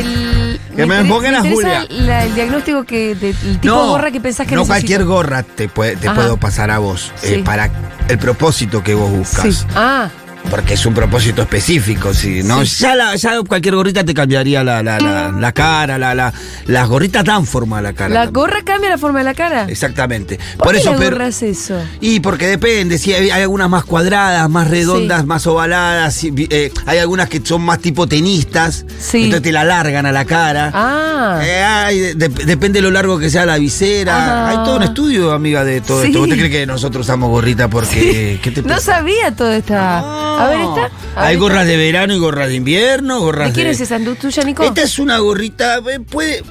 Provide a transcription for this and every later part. el. Que me enfoquen a me interesa Julia. la- el diagnóstico que del tipo de gorra que pensás que no necesito. cualquier gorra te, puede- te Ajá. puedo pasar a vos eh, Sí. para el propósito que vos buscas. Sí. Ah, Porque es un propósito específico, sí, ¿no? Ya, la- ya cualquier gorrita te cambiaría la, la, la, la cara, la, la, las gorritas dan forma a la cara. la también. gorra cambia la forma de la cara. Exactamente. ¿Por, Por qué eso, la pero- gorra es eso? Y porque depende, si hay, hay algunas más cuadradas, más redondas, Sí. más ovaladas, si- eh, hay algunas que son más tipo tenistas, Sí. entonces te la largan a la cara. Ah. Eh, hay- de- depende de lo largo que sea la visera. Ajá. Hay todo un estudio, amiga, de todo Sí. esto. ¿Vos te crees que nosotros usamos gorrita porque... ¿Qué te No pensás? sabía toda esta. A ver, esta. A Hay ver, gorras de verano y gorras de invierno, esta. gorras ¿De quién es esa? ¿Tu- ¿Tuya, Nico? Esta es una gorrita, eh, puede...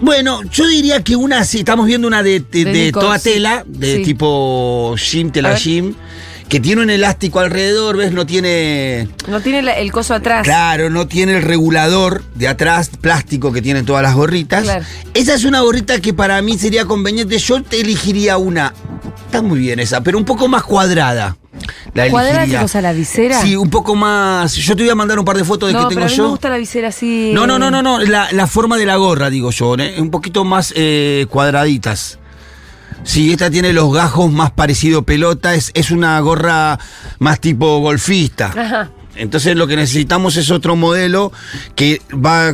Bueno, yo diría que una sí, estamos viendo una de, de- De de Nico, toda sí. tela, de Sí. tipo gym, A tela ver. gym, que tiene un elástico alrededor, ¿ves? No tiene... No tiene la- el coso atrás. Claro, no tiene el regulador de atrás plástico que tienen todas las gorritas. Claro. Esa es una gorrita que para mí sería conveniente. Yo te elegiría una. Está muy bien esa, pero un poco más cuadrada. La ¿Cuadrada qué elegiría. cosa? ¿La visera? Sí, un poco más. Yo te voy a mandar un par de fotos de no, que pero tengo a mí yo. me gusta la visera así. No, no, no, no, no. La, la forma de la gorra, digo yo, ¿eh? un poquito más eh, cuadraditas. Sí, esta tiene los gajos más parecido a pelota, es, es una gorra más tipo golfista. Ajá. Entonces lo que necesitamos es otro modelo que va,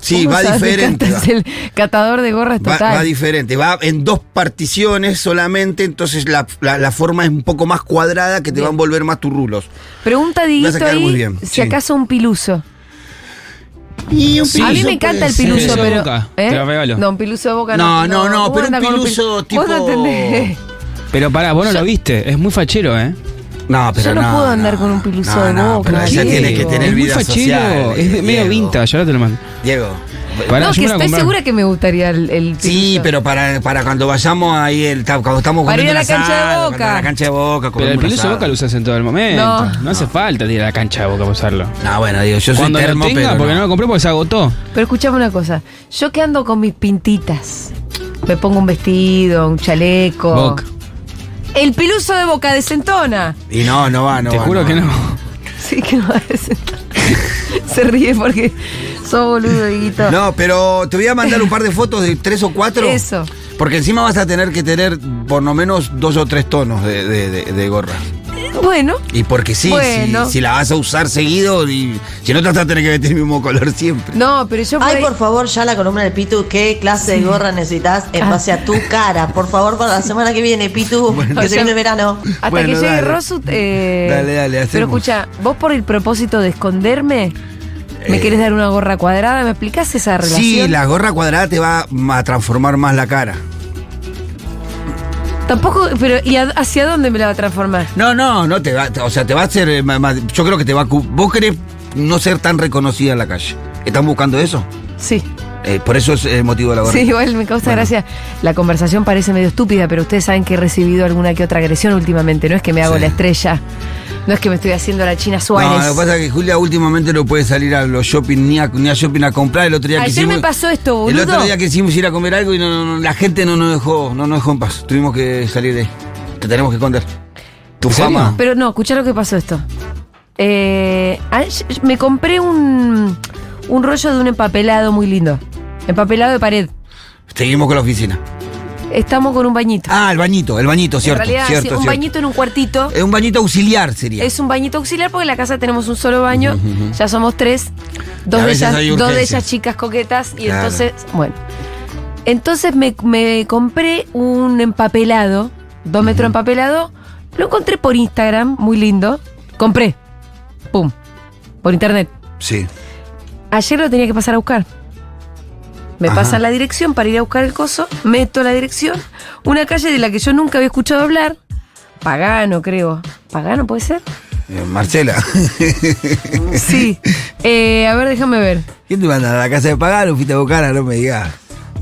sí, ¿Cómo va sabes que diferente. Cata va. es el catador de gorras Va, total. va diferente, va en dos particiones solamente, entonces la, la- la forma es un poco más cuadrada que te Bien. va a envolver más tus rulos. Pregunta Vas a Dieguito quedar ahí muy bien, si sí. acaso un piluso. Y un a mí me encanta el piluso, Piluso de pero. ¿eh? boca, te lo regalo. No, un piluso de boca No, no. no, no, ¿Cómo pero anda un con piluso pil- tipo- Vos no entendés. Pero pará, vos no Yo- lo viste. Es muy fachero, ¿eh? No, pero Yo no puedo andar con un piluso de boca, Pero ella Diego. tiene que tener es muy vida fachero. social. es de- medio Diego. vintage, ahora te lo mando. Diego. Pará, yo no, que me la estoy compré. segura que me gustaría el, el piluso. Sí, pero para, para cuando vayamos ahí, el, ta- cuando estamos Para ir a la comiendo un cancha de asado, Boca. cuando a la cancha de boca. Pero el comemos un piluso de asado. boca lo usas en todo el momento. No. No, hace falta tirar la cancha de boca para usarlo. No, bueno, digo, yo soy Cuando termo, lo tenga, pero porque no. no lo compré pues, porque se agotó. Pero escuchame una cosa. Yo que ando con mis pintitas. Me pongo un vestido, un chaleco. Boca. El piluso de boca de Centona. Y no, no va, no Te va, juro va. que no. Sí, que no va de Centona. Se ríe porque sos boludo, Dieguito. No, pero te voy a mandar un par de fotos de tres o cuatro. Eso. Porque encima vas a tener que tener por lo menos dos o tres tonos de, de- de- de gorra. Bueno, Y porque sí, Bueno. si, si la vas a usar seguido, y, si no te vas a tener que vestir el mismo color siempre. no, pero yo por Ay, ahí- por favor, ya la columna del Pitu, ¿qué clase de gorra necesitas en Ah. base a tu cara? Por favor, para la semana que viene, Pitu, que se Ya- viene el verano. Hasta Bueno, que llegue dale. Rosu. eh, Dale, dale, Pero hacemos. escucha, vos por el propósito de esconderme, ¿me Eh. querés dar una gorra cuadrada? ¿Me explicás esa relación? Sí, la gorra cuadrada te va a transformar más la cara. Tampoco, pero ¿y a- hacia dónde me la va a transformar? No, no, no te va, o sea, te va a hacer, eh, ma- ma- yo creo que te va a, cu- vos querés no ser tan reconocida en la calle. ¿Están buscando eso? Sí, Eh, por eso es el motivo de la gorra. sí, igual me causa Bueno. gracia. La conversación parece medio estúpida, pero ustedes saben que he recibido alguna que otra agresión últimamente. No es que me hago Sí. la estrella, no es que me estoy haciendo la China Suárez. No, lo que pasa es que Julia últimamente no puede salir a los shopping ni a, ni a shopping a comprar. El otro día Ayer que hicimos- me pasó esto, boludo. El otro día que hicimos ir a comer algo y no, no, no, la gente no nos dejó, no nos dejó en paz. Tuvimos que salir de ahí. Te tenemos que esconder. ¿Tu ¿En serio? fama? Pero no, escuchá lo que pasó esto. Eh, ay, sh- me compré un, un rollo de un empapelado muy lindo. Empapelado de pared. Seguimos con la oficina. Estamos con un bañito. Ah, el bañito, el bañito, cierto. en realidad, cierto, sí, un cierto. bañito en un cuartito. Es un bañito auxiliar sería. Es un bañito auxiliar porque en la casa tenemos un solo baño. Ya somos tres. Dos a de, veces ellas, hay dos de urgencias. ellas chicas coquetas. Y Claro. entonces, bueno. Entonces me, me compré un empapelado, dos metros de empapelado. Lo encontré por Instagram, muy lindo. Compré. Pum. Por internet. Sí. Ayer lo tenía que pasar a buscar. Me Ajá. pasan la dirección para ir a buscar el coso, meto la dirección. Una calle de la que yo nunca había escuchado hablar. Pagano, creo. ¿Pagano puede ser? Eh, Marcela. Sí. Eh, a ver, déjame ver. ¿Quién te manda? ¿A la casa de Pagano? ¿Fuiste a buscar? No me digas.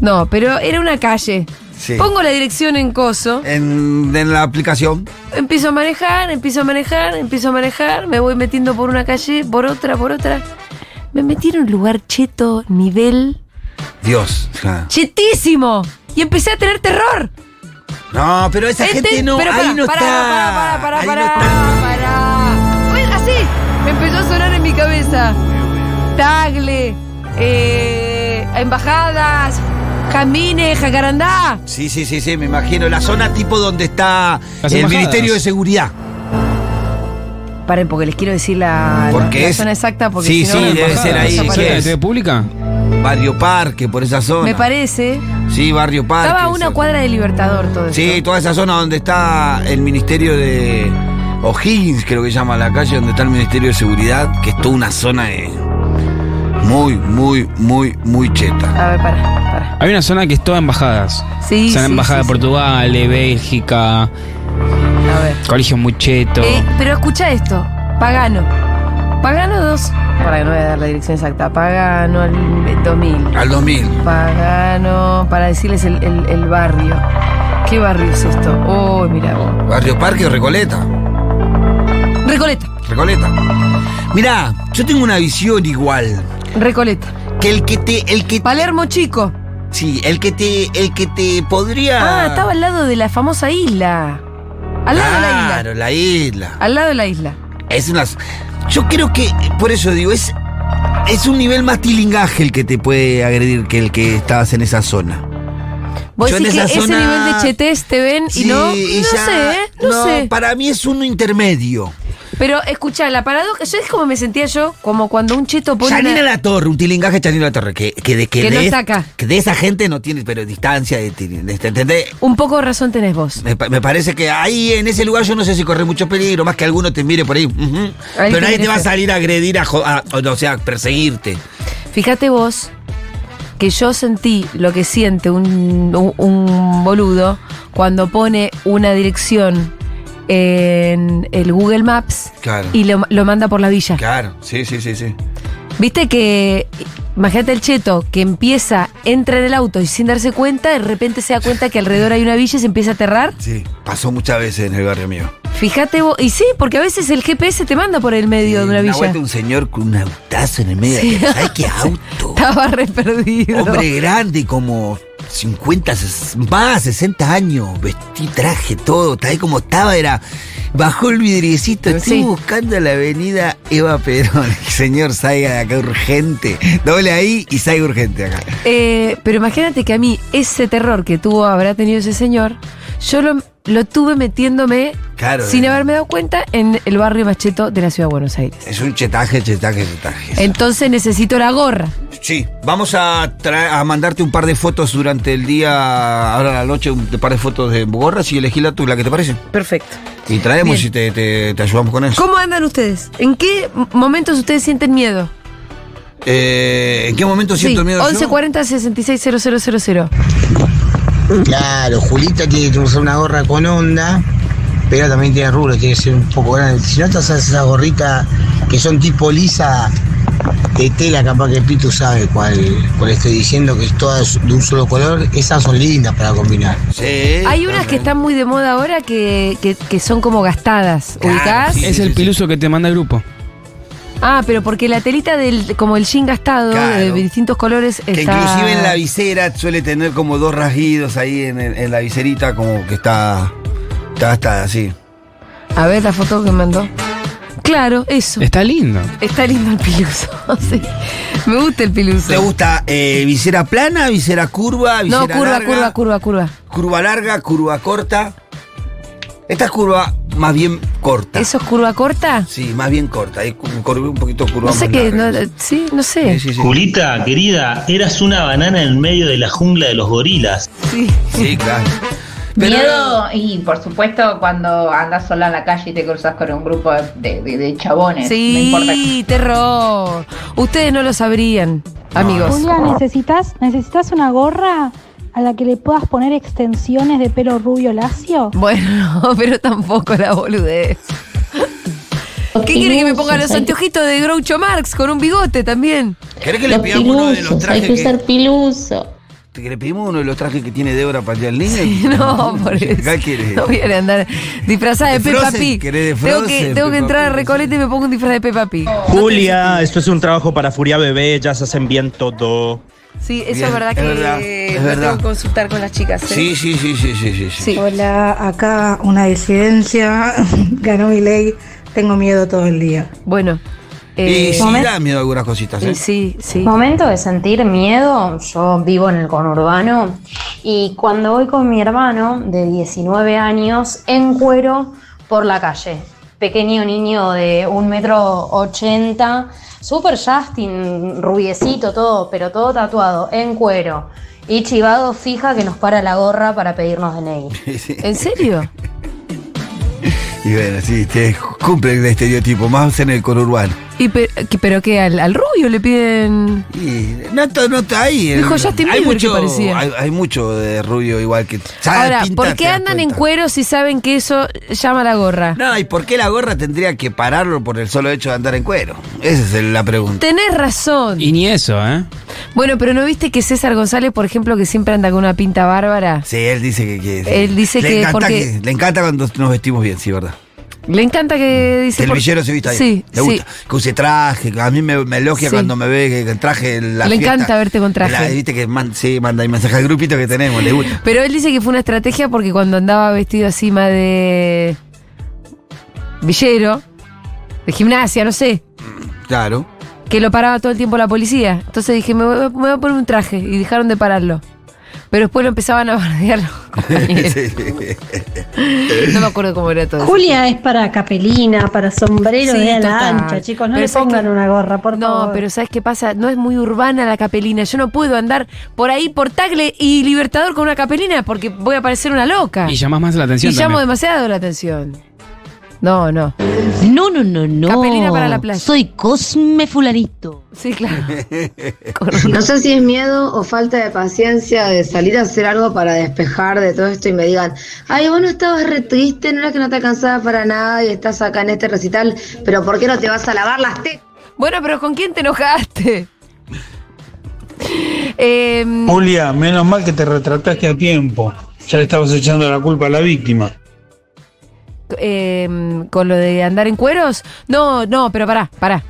No, pero era una calle. Sí. Pongo la dirección en coso, En, en la aplicación. empiezo a manejar, empiezo a manejar, empiezo a manejar, me voy metiendo por una calle, por otra, por otra. Me metí en un lugar cheto, nivel Dios. Ja. chetísimo. Y empecé a tener terror. No, pero esa Este- gente no. pero ahí pará, no pará, está. Pará, pará, Ahí pará, no pará, está. pará. Fue así. Me empezó a sonar en mi cabeza. Tagle, eh, a embajadas, camine, jacarandá. Sí, sí, sí, sí, me imagino. La zona tipo donde está Las el embajadas. Ministerio de Seguridad. Paren, porque les quiero decir la, Porque la- la es- zona exacta. Porque Sí, si no, sí, no debe pasa. ser ahí, Esa ¿qué parte- ¿Cerca de es? TV Pública? Barrio Parque, por esa zona. Me parece. Sí, Barrio Parque. Estaba a una esa- cuadra de Libertador todo eso. Sí, toda esa zona donde está el Ministerio de O'Higgins, creo que llama la calle, donde está el Ministerio de Seguridad, que es toda una zona eh, muy, muy, muy, muy cheta. A ver, para, para. Hay una zona que es toda embajadas. Sí, O sea, la sí, embajada sí, sí. de Portugal, de Bélgica, A ver. colegio mucheto. Eh, pero escucha esto. Pagano. Pagano 2. Para que no voy a dar la dirección exacta. Pagano al 2000. Al 2000. Pagano. Para decirles el, el- el barrio. ¿Qué barrio es esto? Oh, mira vos. ¿Barrio Parque o Recoleta? Recoleta. Recoleta. Mirá, yo tengo una visión igual. Recoleta. Que el que te. El que, Palermo Chico. sí, el que te. El que te podría. Ah, estaba al lado de la famosa isla. Al lado de la isla. Claro, la isla. Al lado de la isla. Es una. Yo creo que. Por eso digo, es. Es un nivel más tilingaje el que te puede agredir que el que estabas en esa zona. Vos Yo en decís que esa ese zona- nivel de chetés te ven y no. y no ya- sé, ¿eh? No, sé. para mí es uno intermedio. Pero escuchá, la paradoja. Yo es como me sentía yo, como cuando un cheto pone. Janina una- La Torre, un tilingaje de Janina La Torre, que, que de, que Que no de- está acá. que de esa gente no tiene pero distancia de, tiling- de- ¿entendés? Un poco de razón tenés vos. Me, pa- me parece que ahí en ese lugar yo no sé si corre mucho peligro, más que alguno te mire por ahí. ujú. te Pero nadie te va a merece. salir a agredir, a, jo- a- o sea, a perseguirte. Fíjate vos que yo sentí lo que siente un, un- un boludo cuando pone una dirección en el Google Maps Claro. y lo, lo manda por la villa. Claro, sí, sí, sí, sí. Viste que. Imagínate el cheto que empieza, entra en el auto y sin darse cuenta, de repente se da cuenta que alrededor hay una villa y se empieza a aterrar. Sí, pasó muchas veces en el barrio mío. Fíjate vos. Y sí, porque a veces el GPS te manda por el medio de una villa. vuelta un señor con un autazo en el medio. Sí. ¿Sabes qué auto? Estaba re perdido. Hombre grande, como 50, ses- más, 60 años. Vestí, traje todo. Tal y como estaba, era. Bajó el vidriecito. Estoy Eh, Sí. buscando la avenida Eva Perón. Señor, salga de acá urgente. Doble ahí y salga urgente acá. Eh, pero imagínate que a mí ese terror que tuvo, habrá tenido ese señor, yo lo, lo tuve metiéndome, Claro. sin haberme dado cuenta, en el barrio macheto de la ciudad de Buenos Aires. Es un chetaje, chetaje, chetaje. Entonces necesito la gorra. Sí, vamos a, tra- a mandarte un par de fotos durante el día, ahora a la noche, un par de fotos de gorras y elegí la, tu- la que te parece. Perfecto. Y traemos Bien. y te, te- te ayudamos con eso. ¿Cómo andan ustedes? ¿En qué momentos ustedes sienten miedo? Eh, ¿En qué momento siento miedo? yo? 1140 660000. Claro, Julita tiene que usar una gorra con onda, pero también tiene rubros, tiene que ser un poco grande. Si no te haces esas gorritas que son tipo lisa de tela, capaz que Pitu sabe cuál, cuál estoy diciendo, que es todas de un solo color, esas son lindas para combinar. Sí. Hay unas que están muy de moda ahora que, que- que son como gastadas. Claro, ¿Ubicás? sí. es el piluso que te manda el grupo. Ah, pero porque la telita del, como el jean gastado, Claro. de distintos colores, Que está... inclusive en la visera suele tener como dos rasguidos ahí en, el- en la viserita, como que está. Está, está así. A ver la foto que mandó. Claro, eso. Está lindo. Está lindo el piluso. sí. Me gusta el piluso. ¿Te gusta eh, visera plana, visera curva, visera no, curva, larga? curva, curva, curva. Curva larga, curva corta. Esta es curva más bien corta. ¿Eso es curva corta? Sí, más bien corta. Es cu- curva- un poquito curva No sé más qué. larga. no- sí, no sé. Sí, sí, sí. Julita, querida, eras una banana en medio de la jungla de los gorilas. Sí. Sí, claro. Miedo y por supuesto cuando andas sola en la calle y te cruzas con un grupo de, de- de chabones. No importa. Sí, terror. Ustedes no lo sabrían, amigos. Julia, ¿necesitas, ¿necesitas una gorra a la que le puedas poner extensiones de pelo rubio lacio? Bueno, pero tampoco la boludez. ¿Qué quieren que me ponga los anteojitos de Groucho Marx con un bigote también? ¿Querés que le pidamos uno de los trajes que, piluso. ¿Te- que le pedimos uno de los trajes que tiene Débora para el día del niño? No, por ¿Acá eso. querés? No voy a andar disfrazada de ¿De Peppa Frozen? Pig. ¿Querés de Tengo que, Frozen, tengo que Peppa entrar a Pig? Recoleta y me pongo un disfraz de Peppa Pig. Julia, esto es un trabajo para Furia Bebé, ya se hacen bien todo. Sí, eso Bien, es verdad es que verdad, es lo verdad. tengo que consultar con las chicas. ¿eh? Sí, sí, sí, sí, sí, sí. sí. Sí. Hola, acá una disidencia, ganó mi ley, tengo miedo todo el día. Bueno, Eh, y sí, Momento. da miedo algunas cositas. y ¿eh? sí, sí. Momento de sentir miedo, yo vivo en el conurbano y cuando voy con mi hermano de 19 años en cuero por la calle, pequeño niño de 1,80 metro ochenta, super Justin, rubiecito todo, pero todo tatuado, en cuero y chivado fija que nos para la gorra para pedirnos DNI. ¿En serio? Y bueno, sí, te cumplen el estereotipo, más en el conurbano. ¿Y per- que- pero qué? ¿Al, al rubio le piden...? Y no, to- no to- ahí. Dijo el- Justin hay Bieber que mucho, parecía. hay, hay mucho de rubio igual que. ya Ahora, pinta ¿por te qué das andan en cuenta. cuero si saben que eso llama a la gorra? No, ¿y por qué la gorra tendría que pararlo por el solo hecho de andar en cuero? Esa es el- la pregunta. Tenés razón. Y ni eso, ¿eh? Bueno, pero ¿no viste que César González, por ejemplo, que siempre anda con una pinta bárbara? Sí, él dice que. que- Él dice le que Encanta porque- que- Le encanta cuando nos vestimos bien, sí, verdad. Le encanta que dice... Que el por- villero se vista bien. Sí, sí. Le gusta. Que use traje. que A mí me, me elogia Sí. cuando me ve que que el traje. en La Le fiesta. encanta verte con traje. La- viste que man- sí, manda ahí mensaje al grupito que tenemos, le gusta. Pero él dice que fue una estrategia porque cuando andaba vestido así más de... Villero, de gimnasia, no sé, Claro. que lo paraba todo el tiempo la policía. Entonces dije, me voy, me voy a poner un traje. Y dejaron de pararlo. Pero después lo empezaban a bardear los compañeros. Sí. No me acuerdo cómo era todo. eso. Julia es para capelina, para sombrero Sí, de ala total. ancha, chicos. No Pero le ¿sabes pongan qué? una gorra, por favor. No, pero ¿sabes qué pasa? No es muy urbana la capelina. Yo no puedo andar por ahí por Tagle y Libertador con una capelina porque voy a parecer una loca. Y llamás más la Y atención. llamo también. demasiado la atención. No, no. No, no, no, no. Oh, Capelina para la playa. Soy Cosme Fulanito. Sí, claro. No sé si es miedo o falta de paciencia de salir a hacer algo para despejar de todo esto y me digan, ay, vos no estabas re triste, no era que no te alcanzaba para nada y estás acá en este recital, pero ¿por qué no te vas a lavar las tetas? Bueno, pero ¿con quién te enojaste? Eh, Julia, menos mal que te retractaste a tiempo. Ya le estabas echando la culpa a la víctima. eh, con lo de andar en cueros? No, no, pero pará, pará.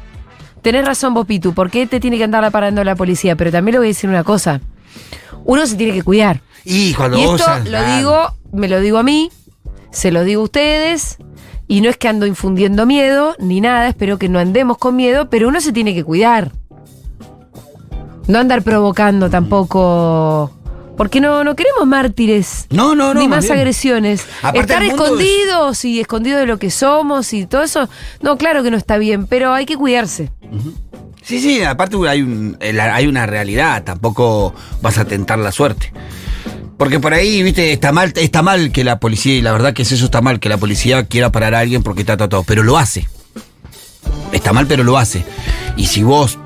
Tenés razón vos, Pitu, ¿por qué te tiene que andar parando la policía? Pero también le voy a decir una cosa. Uno se tiene que cuidar. Y cuando y vos esto sal- lo ah, digo, me lo digo a mí, se lo digo a ustedes, y no es que ando infundiendo miedo ni nada, espero que no andemos con miedo, pero uno se tiene que cuidar. No andar provocando tampoco. Porque no, no queremos mártires. No, no, no, Ni más más bien. agresiones. Aparte, Estar el mundo es- escondidos y escondidos de lo que somos y todo eso. No, claro que no está bien, pero hay que cuidarse. Sí, sí, aparte hay, un- el- hay una realidad, tampoco vas a tentar la suerte. Porque por ahí, viste, está mal, está mal que la policía, y la verdad que es eso, está mal que la policía quiera parar a alguien porque está tatuado, pero lo hace. Está mal, pero lo hace. Y si vos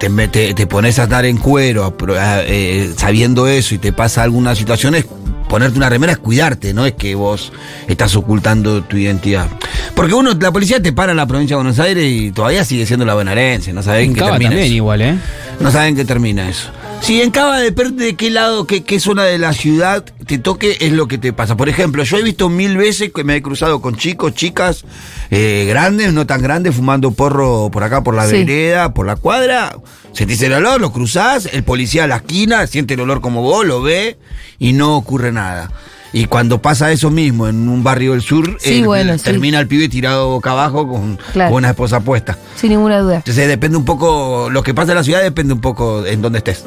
te, me- te- te pones a andar en cuero a pro- a- eh, sabiendo eso y te pasa alguna situación, es ponerte una remera es cuidarte, no es que vos estás ocultando tu identidad. Porque uno, la policía te para en la provincia de Buenos Aires y todavía sigue siendo la bonaerense, no saben En qué Cava termina también eso. igual, ¿eh? No saben qué termina eso. Si en Cava depende de qué lado, qué, qué zona de la ciudad te toque, es lo que te pasa. Por ejemplo, yo he visto mil veces que me he cruzado con chicos, chicas, eh, grandes, no tan grandes, fumando porro por acá, por la Sí. vereda, por la cuadra. Sentís el olor, lo cruzás, el policía a la esquina, siente el olor como vos, lo ve y no ocurre nada. Y cuando pasa eso mismo en un barrio del sur, Sí, el- bueno, sí. termina el pibe tirado boca abajo con, Claro. con una esposa puesta. Sin ninguna duda. Entonces depende un poco, lo que pasa en la ciudad depende un poco en dónde estés.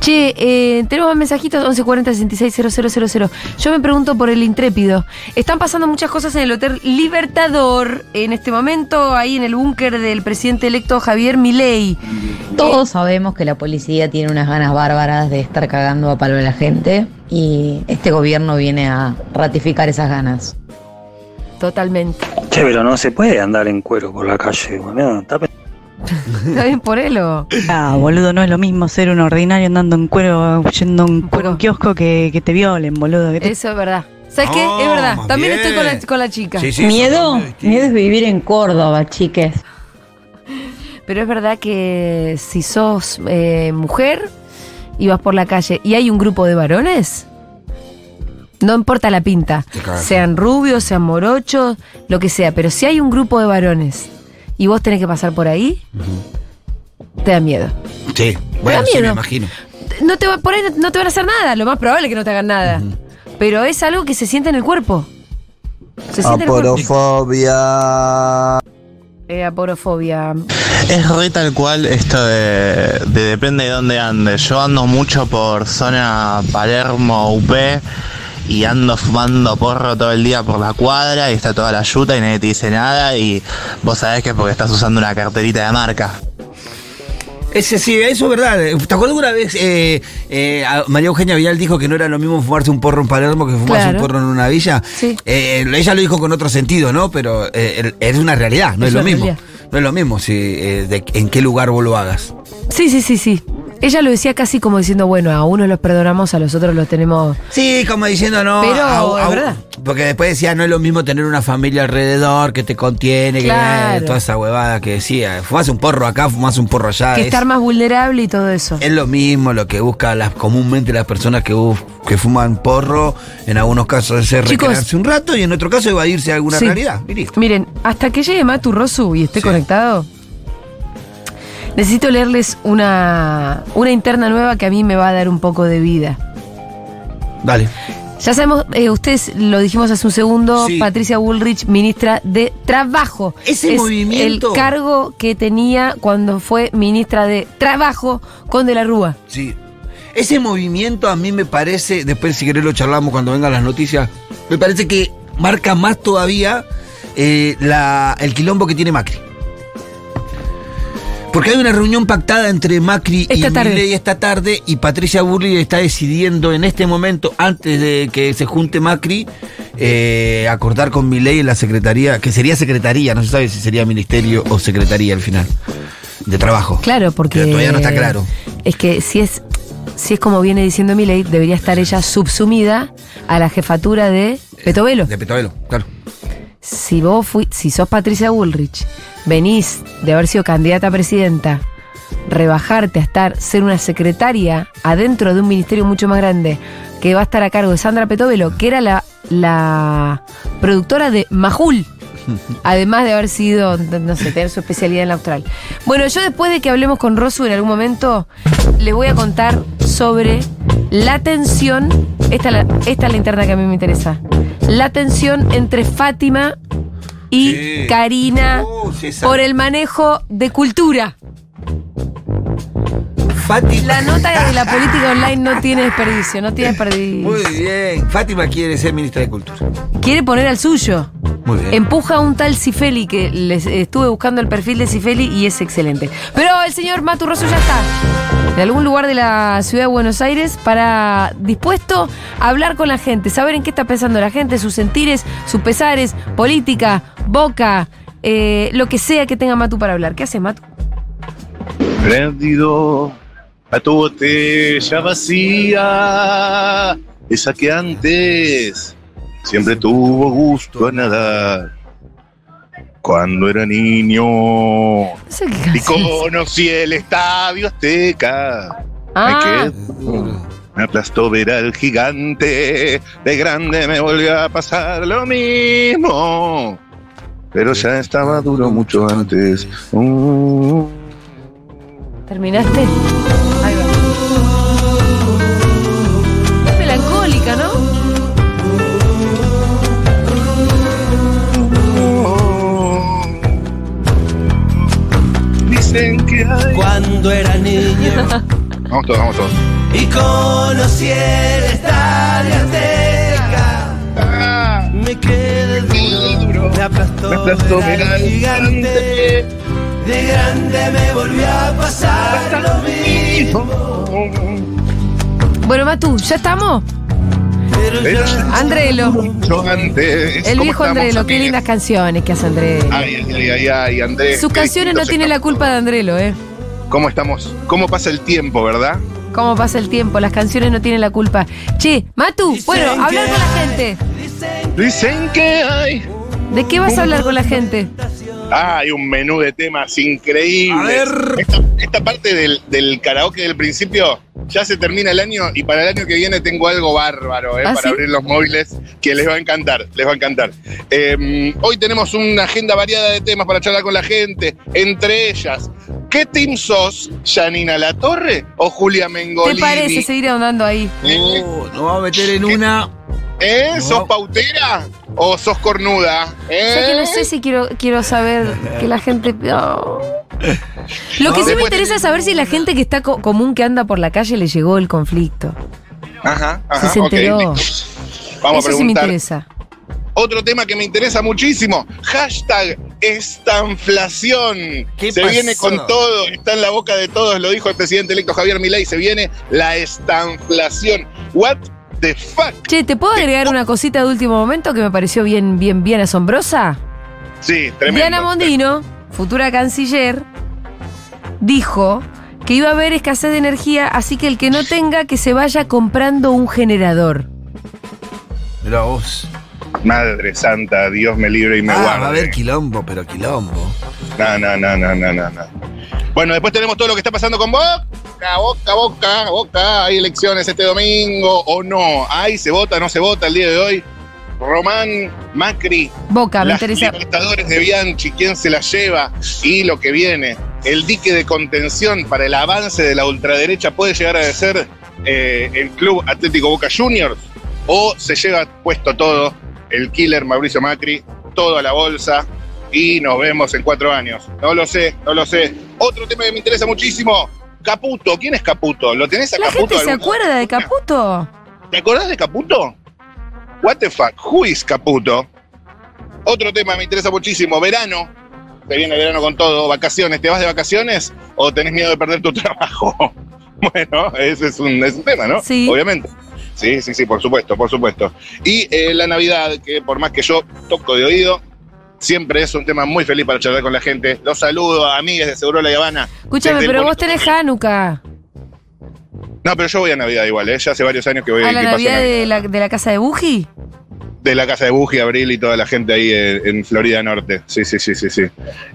Che, eh, tenemos más mensajitos 1140-660000. Yo me pregunto por el intrépido. Están pasando muchas cosas en el Hotel Libertador en este momento, ahí en el búnker del presidente electo Javier Milei. Todos sabemos que la policía tiene unas ganas bárbaras de estar cagando a palo a la gente y este gobierno viene a ratificar esas ganas. Totalmente. Che, pero no se puede andar en cuero por la calle, boludo. Está pe- ¿Está bien por él o? Ah, boludo, no es lo mismo ser un ordinario andando en cuero, yendo a un, a un kiosco que, que te violen, boludo. que te- Eso es verdad. ¿Sabes qué? No, Es verdad. Ah, más También bien. estoy con la, con la chica. miedo, miedo es vivir en Córdoba, chiques. Pero es verdad que si sos eh, mujer y vas por la calle y hay un grupo de varones, no importa la pinta, cagaste. sean rubios, sean morochos, lo que sea, pero si hay un grupo de varones y vos tenés que pasar por ahí, te da miedo. Sí, bueno, da sí, me miedo. imagino. No te va, por ahí no, no te van a hacer nada, lo más probable es que no te hagan nada. Pero es algo que se siente en el cuerpo. Se siente en el cuerpo. Aporofobia. Eh, aporofobia. Es re tal cual esto de, de depende de dónde andes. Yo ando mucho por zona Palermo, UP, y ando fumando porro todo el día por la cuadra y está toda la yuta y nadie te dice nada y vos sabés que es porque estás usando una carterita de marca. Ese sí, eso es verdad. ¿Te acuerdas una vez eh, eh, a- María Eugenia Vidal dijo que no era lo mismo fumarse un porro en Palermo que fumarse Claro. un porro en una villa? Sí. Eh, ella lo dijo con otro sentido, ¿no? Pero eh, es una realidad, no es, Es lo una mismo. realidad. No es lo mismo si, eh, de- en qué lugar vos lo hagas. Sí, sí, sí, sí. Ella lo decía casi como diciendo, bueno, a unos los perdonamos, a los otros los tenemos. Sí, como diciendo no. Pero, Ah, au- es au- verdad. Porque después decía, no es lo mismo tener una familia alrededor que te contiene, que eh, Claro. toda esa huevada que decía. Fumás un porro acá, fumás un porro allá. que es- estar más vulnerable y todo eso. Es lo mismo lo que buscan las, comúnmente las personas que, bus- que fuman porro, en algunos casos es Chicos. recrearse un rato y en otro caso evadirse a alguna Sí. realidad. Y listo. Miren, hasta que llegue Matu Rosu y esté conectado, necesito leerles una, una interna nueva que a mí me va a dar un poco de vida. Dale. Ya sabemos, eh, ustedes lo dijimos hace un segundo, Sí. Patricia Bullrich, ministra de Trabajo. Ese es movimiento- El cargo que tenía cuando fue ministra de Trabajo con De la Rúa. Sí. Ese movimiento a mí me parece, después si querés lo charlamos cuando vengan las noticias, me parece que marca más todavía eh, la- el quilombo que tiene Macri. Porque hay una reunión pactada entre Macri Esta y tarde. Milei esta tarde y Patricia Burley está decidiendo en este momento, antes de que se junte Macri, eh, acordar con Milei en la secretaría, que sería secretaría, no se sabe si sería ministerio o secretaría al final, de trabajo. Claro, porque. Pero todavía no está claro. Es que si es, si es como viene diciendo Milei, debería estar ella subsumida a la jefatura de Petovelo. De Petovelo, claro. Si vos fui, si sos Patricia Bullrich, venís de haber sido candidata a presidenta, rebajarte a estar, ser una secretaria adentro de un ministerio mucho más grande, que va a estar a cargo de Sandra Petovelo, que era la, la productora de Majul. Además de haber sido, no sé, tener su especialidad en la austral. Bueno, yo después de que hablemos con Rosu en algún momento, les voy a contar sobre la tensión. Esta, es la- esta es la interna que a mí me interesa. La tensión entre Fátima y Sí. Karina Oh, César. por el manejo de cultura. Fátima. La nota de la política online no tiene desperdicio, no tiene desperdicio. Muy bien. Fátima quiere ser ministra de Cultura. Quiere poner al suyo. Muy bien. Empuja a un tal Cifeli que les estuve buscando el perfil de Cifeli y es excelente. Pero el señor Maturroso ya está. De algún lugar de la ciudad de Buenos Aires para dispuesto a hablar con la gente, saber en qué está pensando la gente, sus sentires, sus pesares, política, boca, eh, lo que sea que tenga Matu para hablar. ¿Qué hace Matu? Prendido a tu botella vacía, esa que antes siempre tuvo gusto a nadar. Cuando era niño sé qué y canción conocí el estadio Azteca, Ah, me quedé- me aplastó ver al gigante, de grande me volvió a pasar lo mismo, pero ya estaba duro mucho antes. Mm. ¿terminaste? Ahí va. Es melancólica, ¿no? Dicen que hay. Cuando era niño Vamos todos, vamos todos. y conocí el estadio Azteca, me quedé duro, me aplastó, Me aplastó ver ver al al gigante. De grande me volvió a pasar lo mismo. Bueno, Matu, ¿ya estamos? Pero ya- Andrelo. Yo antes. El ¿cómo viejo estamos, Andrelo, qué amigues? lindas canciones que hace Andrelo. Ay, ay, ay, ay, ay, Andrés. Sus qué canciones no distintos tienen la culpa de Andrelo, ¿eh? estamos. ¿Cómo estamos? ¿Cómo pasa el tiempo, verdad? Cómo pasa el tiempo, las canciones no tienen la culpa. Che, Matu, bueno, hablar con la gente. Dicen que hay. ¿De qué vas a hablar con la gente? Ah, Hay un menú de temas increíbles. A ver. Esta, esta parte del, del karaoke del principio ya se termina el año y para el año que viene tengo algo bárbaro eh, ¿Ah, para sí? abrir los móviles que les va a encantar. Les va a encantar. Eh, hoy tenemos una agenda variada de temas para charlar con la gente, entre ellas. ¿Qué team sos? ¿Yanina Latorre o Julia ¿Te Mengolini? parece seguir ahondando ahí? Eh, nos vamos a meter en una. ¿Eh? ¿Sos pautera o sos cornuda? O sea que ¿Eh? no sé si quiero, quiero saber que la gente. Oh. Lo que sí me Después- interesa es saber si la gente que está co- común que anda por la calle le llegó el conflicto. Ajá, Si ajá, se ok, enteró. listo. Vamos a Eso sí me preguntar. interesa. Otro tema que me interesa muchísimo. Hashtag estanflación. ¿Qué se pasó? viene con todo, está en la boca de todos, lo dijo el presidente electo Javier Milei, se viene la estanflación. What the fuck? Che, ¿te puedo agregar una cosita de último momento que me pareció bien, bien, bien asombrosa? Sí, tremendo. Diana Mondino, futura canciller, dijo que iba a haber escasez de energía, así que el que no tenga que se vaya comprando un generador. Mirá vos. Madre santa, Dios me libre y me Ah, guarde. va a haber quilombo, pero quilombo. No, no, no, no, no, no, no. Bueno, después tenemos todo lo que está pasando con Boca, Boca, Boca, Boca. Hay elecciones este domingo o no. Hay, se vota, no se vota el día de hoy. Román, Macri, Boca, me las interesa. libertadores de Bianchi, quién se las lleva y lo que viene. El dique de contención para el avance de la ultraderecha puede llegar a ser eh, el Club Atlético Boca Juniors o se lleva puesto todo el killer Mauricio Macri, todo a la bolsa y nos vemos en cuatro años. No lo sé, no lo sé. Otro tema que me interesa muchísimo, Caputo. ¿Quién es Caputo? ¿Lo tenés a ¿La Caputo? gente se alguna- acuerda de Caputo? ¿Te acordás de Caputo? What the fuck? Who is Caputo? Otro tema me interesa muchísimo, verano. Te viene el verano con todo, vacaciones. ¿Te vas de vacaciones o tenés miedo de perder tu trabajo? bueno, ese es un, es un tema, ¿no? Sí. Obviamente. Sí, sí, sí, por supuesto, por supuesto. Y eh, la Navidad, que por más que yo toco de oído, siempre es un tema muy feliz para charlar con la gente. Los saludo a amigues de Seguro La Habana. Escúchame, Desde el pero vos bonito- tenés Hanukkah. No, pero yo voy a Navidad igual, ¿eh? ya hace varios años que voy ¿A que la paso Navidad Navidad. de la, de la casa de Buji? de la casa de Buji, Abril y toda la gente ahí eh, en Florida Norte. Sí, sí, sí, sí, sí.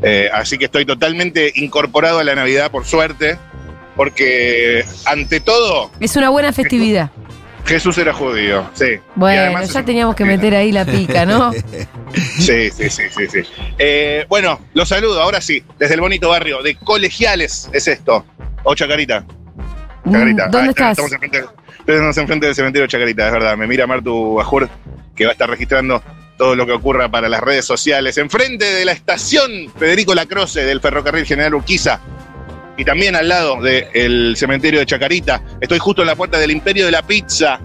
Eh, así que estoy totalmente incorporado a la Navidad, por suerte, porque ante todo, Es una buena festividad. Jesús era judío. Sí. Y Bueno, además es ya un- teníamos que meter ahí la pica, ¿no? Sí, sí, sí, sí, sí. Eh, bueno, los saludo, ahora sí, desde el bonito barrio de Colegiales es esto. O Chacarita. Chacarita. Mm, ¿dónde Ah, estás? está, Estamos enfrente, estamos enfrente del cementerio de Chacarita, es verdad. Me mira Martu Bajur, que va a estar registrando todo lo que ocurra para las redes sociales. Enfrente de la estación Federico Lacroce del ferrocarril General Urquiza. Y también al lado del cementerio de Chacarita. Estoy justo en la puerta del Imperio de la Pizza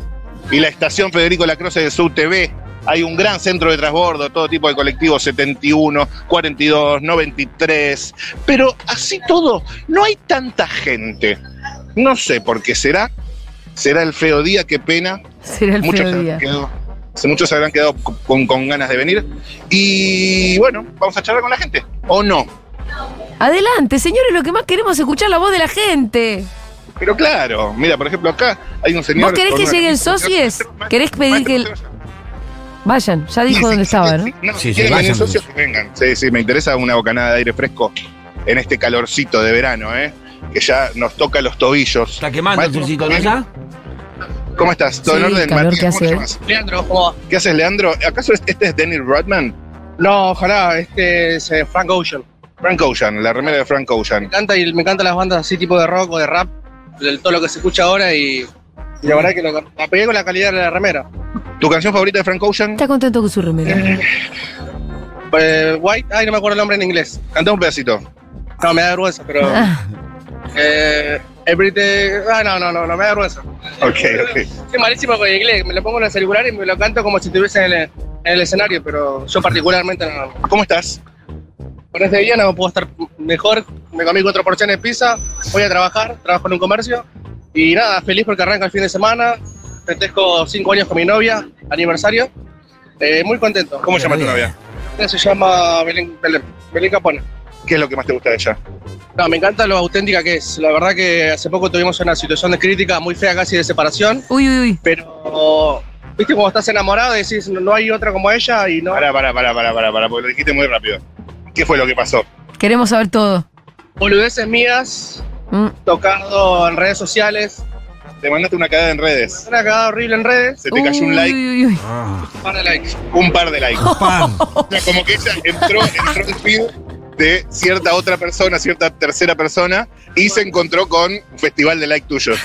y la estación Federico Lacroce de Sub TV. Hay un gran centro de transbordo, todo tipo de colectivos, 71, 42, 93. Pero así todo, no hay tanta gente. No sé por qué será. Será el feo día, qué pena. Será el feo se habrán día. quedado- muchos se habrán quedado con, con ganas de venir. Y bueno, vamos a charlar con la gente. ¿O no? Adelante, señores, lo que más queremos es escuchar la voz de la gente. Pero claro, mira, por ejemplo, acá hay un señor. ¿Vos querés con que una lleguen camisa- socies? ¿Querés pedir que.? el- Vayan, ya dijo dónde estaba, ¿no? No, Sí, si sí, quieren venir vayan, socios, que vengan. Sí, sí, me interesa una bocanada de aire fresco en este calorcito de verano, ¿eh? Que ya nos toca los tobillos. Está quemando el Maestro, turcito, ¿no ya? ¿Cómo estás? ¿Todo en Sí, orden? calor Matías? que ¿Cómo te hace. llamas? ¿Qué haces, Leandro? ¿Acaso es- este es Dennis Rodman? No, ojalá, este es Frank Ocean. Frank Ocean, la remera de Frank Ocean. encanta y me encantan las bandas así tipo de rock o de rap, de todo lo que se escucha ahora y, y la verdad que lo, la pegué con la calidad de la remera. ¿Tu canción favorita de Frank Ocean? Está contento con su remera. Eh, White, ay no me acuerdo el nombre en inglés. Cantá un pedacito. No, me da vergüenza, pero... Eh, everyday... Ah, no, no, no, no, me da vergüenza. Ok, ok. Soy malísimo con el inglés, me lo pongo en el celular y me lo canto como si estuviese en el, en el escenario, pero yo particularmente no. ¿Cómo estás? Con este día no puedo estar mejor, me comí cuatro porciones de pizza, voy a trabajar, trabajo en un comercio y nada, feliz porque arranca el fin de semana, festejo cinco años con mi novia, aniversario, eh, muy contento. ¿Cómo se llama tu novia? Ella se llama Belén, Belén, Belén Capone. ¿Qué es lo que más te gusta de ella? No, me encanta lo auténtica que es. La verdad que hace poco tuvimos una situación de crítica muy fea, casi de separación. Uy, uy, uy. Pero, viste, cuando estás enamorado decís, no hay otra como ella y no... Pará, pará, pará, pará, pará, pará, porque lo dijiste muy rápido. ¿Qué fue lo que pasó? Queremos saber todo. Boludeces mías, Mm. tocando en redes sociales. Te mandaste una cagada en redes. Una cagada horrible en redes. Se te cayó un like. Ah. Un par de likes. Un par de likes. O sea, como que ella entró, entró en el feed de cierta otra persona, cierta tercera persona, y se encontró con un festival de like tuyos.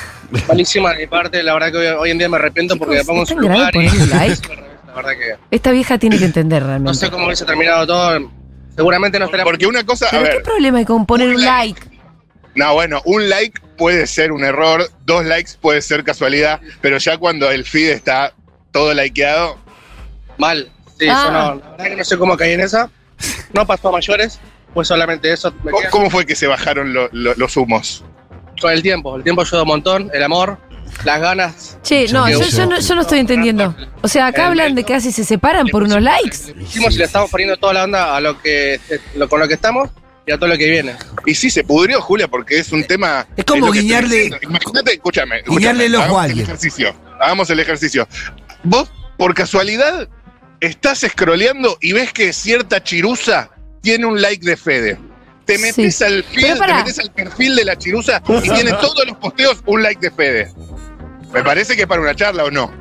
Malísima de mi parte, la verdad que hoy, hoy en día me arrepiento porque me Chicos, pongo en ¿es su tan grave lugar y poner like? la verdad que Esta vieja tiene que entender realmente. no sé cómo hubiese terminado todo. Seguramente no estaría. Porque una cosa, a Pero ver, qué problema hay con poner un like. No, bueno, un like puede ser un error, dos likes puede ser casualidad, pero ya cuando el feed está todo likeado. Mal, sí, Ah. eso no. La verdad que no sé cómo caí en esa. No pasó a mayores, pues solamente eso. me ¿Cómo, queda. cómo fue que se bajaron lo- lo- los humos? Con el tiempo, el tiempo ayuda un montón, el amor, las ganas. Che, no Yo- yo, yo no, yo no estoy entendiendo. O sea, acá hablan de que casi se separan por unos likes. Hicimos y le estamos poniendo toda la onda a lo que eh, lo- con lo que estamos y a todo lo que viene. Y sí, se pudrió, Julia, porque es un tema. Es como lo que estoy guiñarle- diciendo. Imagínate, escúchame. escúchame, guiñarle el ojo a hagamos alguien. ejercicio. Hagamos el ejercicio. Vos, por casualidad, estás scrolleando y ves que cierta chirusa tiene un like de Fede. Te Sí. metes al feed, Pero te pará. metes al perfil de la chirusa y tiene todos los posteos un like de Fede. Me parece que es para una charla o no.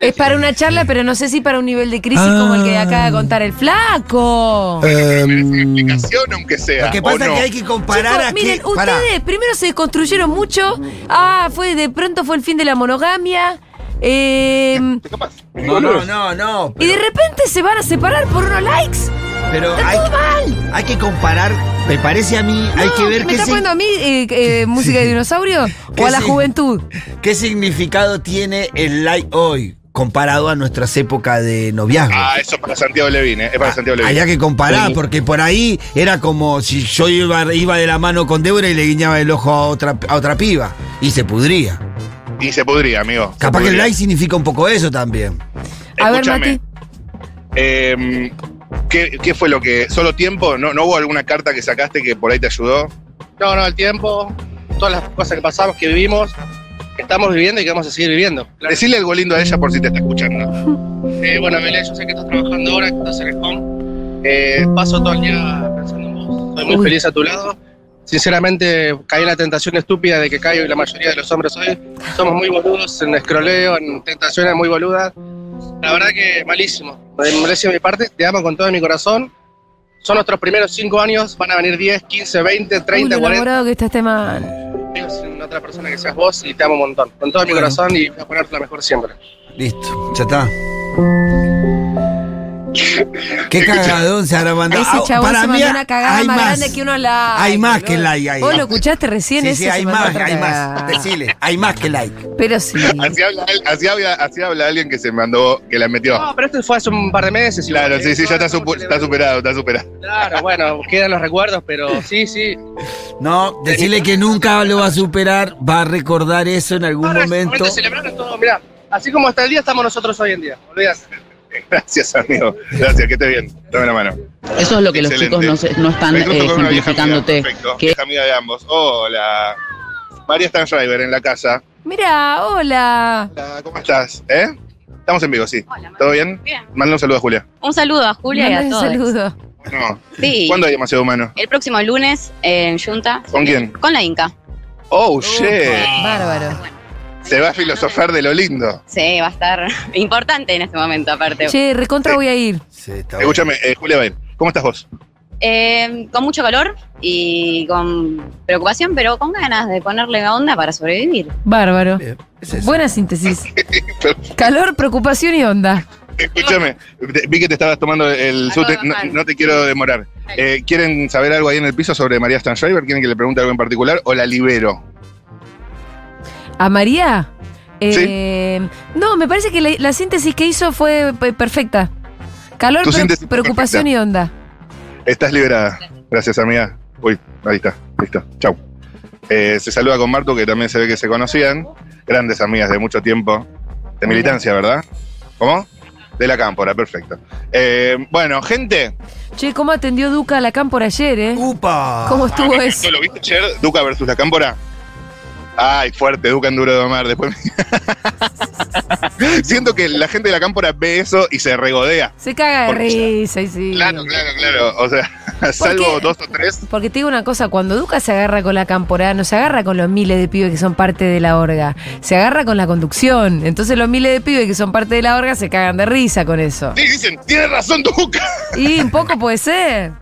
Es para una charla, pero no sé si para un nivel de crisis como el que Ah. acaba de contar el flaco. Explicación, aunque sea. Em, Lo que o pasa es no. que hay que comparar Chicos, a miren, qué- ustedes pará. primero se construyeron mucho. Ah, fue de pronto fue el fin de la monogamia. eh, No, no, no, no. y de repente se van a separar por unos likes. Pero Está hay, todo mal. hay que comparar, me parece a mí, hay No, que ver ¿Me qué, está sig- poniendo a mí eh, eh, música de dinosaurio ¿Qué o a la sí? juventud? qué significado tiene el like hoy comparado a nuestras épocas de noviazgo. Ah, eso es para Santiago Levine, eh, es Ah, para Santiago Levine. Había que comparar, porque por ahí era como si yo iba, iba de la mano con Débora y le guiñaba el ojo a otra, a otra piba. Y se pudría. Y se podría, amigo. se Capaz que el podría. like significa un poco eso también. A ver, Escúchame. Mati. Eh, ¿qué, qué fue lo que.? ¿Solo tiempo? ¿No, ¿No hubo alguna carta que sacaste que por ahí te ayudó? No, no, el tiempo, todas las cosas que pasamos, que vivimos, que estamos viviendo y que vamos a seguir viviendo. Decirle algo lindo a ella por si te está escuchando. Eh, bueno, Belén, yo sé que estás trabajando ahora, que estás en el home. Eh, paso todo el día pensando en vos. Soy muy Uy. feliz a tu lado. Sinceramente, caí en la tentación estúpida de que caigo y la mayoría de los hombres hoy. Somos muy boludos en escroleo, en tentaciones muy boludas. La verdad que malísimo. Me merece mi parte, te amo con todo mi corazón. Son nuestros primeros cinco años, van a venir 10, 15, 20, Uy, lo 30, 40 enamorado que está este man. amigos en otra persona que seas vos y te amo un montón. Con todo mi Bueno. corazón y voy a ponerte la mejor siempre. Listo, ya está. Qué cagadón se habrá mandado. Ese Ah, chabón para se mí mandó una cagada hay más, más. grande que uno la. Hay más que like ahí. Vos lo escuchaste recién, Sí, ese sí, se hay mandó más, otra hay más. cagada. Ah. Decile, hay más que like. Pero sí. Así habla, él- así, habla, así habla alguien que se mandó, que la metió. No, pero esto fue hace un par de meses. igual, Claro, ¿eh? sí, sí, ya Ahora está, estamos supu- está superado, está superado. celebrando. Claro, bueno, quedan los recuerdos, pero sí, sí. No, decirle que nunca lo va a superar, va a recordar eso en algún Ahora es el momento. momento de celebrar es todo. Mirá, así como hasta el día estamos nosotros hoy en día. Olvídate. Gracias, amigo. Gracias, que estés bien. Dame la mano. Eso es lo que Excelente. los chicos no, se- no están Me eh, cruzo con una vieja amiga, simplificándote. Perfecto, Que- vieja amiga de ambos. Hola. María Stanschreiber en la casa. Mira, hola. ¿Cómo estás? ¿Eh? Estamos en vivo, sí. ¿Todo bien? Bien. Manda un saludo a Julia. Un saludo a Julia y a Mandale todos. Un saludo. No. Sí. ¿Cuándo hay demasiado humano? El próximo lunes en Junta. ¿Con quién? Con la Inca. Oh, shit. Bárbaro. Se va a filosofar de lo lindo. Sí, va a estar importante en este momento, aparte. Che, recontra voy a ir. Escúchame, eh, Julia Bail, ¿cómo estás vos? Eh, con mucho calor y con preocupación, pero con ganas de ponerle la onda para sobrevivir. Bárbaro. Buena síntesis. Calor, preocupación y onda. Escúchame, te- vi que te estabas tomando el Acabo subte, de no, bajar. no te quiero demorar. Eh, ¿Quieren saber algo ahí en el piso sobre María Stanschreiber? ¿Quieren que le pregunte algo en particular o la libero? A María. eh, No, me parece que la, la síntesis que hizo fue pe- perfecta. Calor, Tu pre- síntesis preocupación perfecta. y onda. Estás liberada. Gracias, amiga. Uy, ahí está, listo, chau. Eh, se saluda con Martu, que también se ve que se conocían. Grandes amigas de mucho tiempo. De militancia, ¿verdad? ¿Cómo? De la cámpora, perfecto. Eh, bueno, gente. Che, ¿cómo atendió Duca a la cámpora ayer, eh? ¡Upa! ¿Cómo estuvo Ah, eso? ¿Lo viste ayer? Duca versus la cámpora. Ay, fuerte, Duca en duro de domar. Después me- Siento que la gente de la cámpora ve eso y se regodea. Se caga de Porque- risa, y sí. Claro, claro, claro. O sea, salvo dos o tres. Porque te digo una cosa, cuando Duca se agarra con la cámpora, no se agarra con los miles de pibes que son parte de la orga, se agarra con la conducción. Entonces los miles de pibes que son parte de la orga se cagan de risa con eso. Sí, dicen, tiene razón Duca. Y un poco puede ser.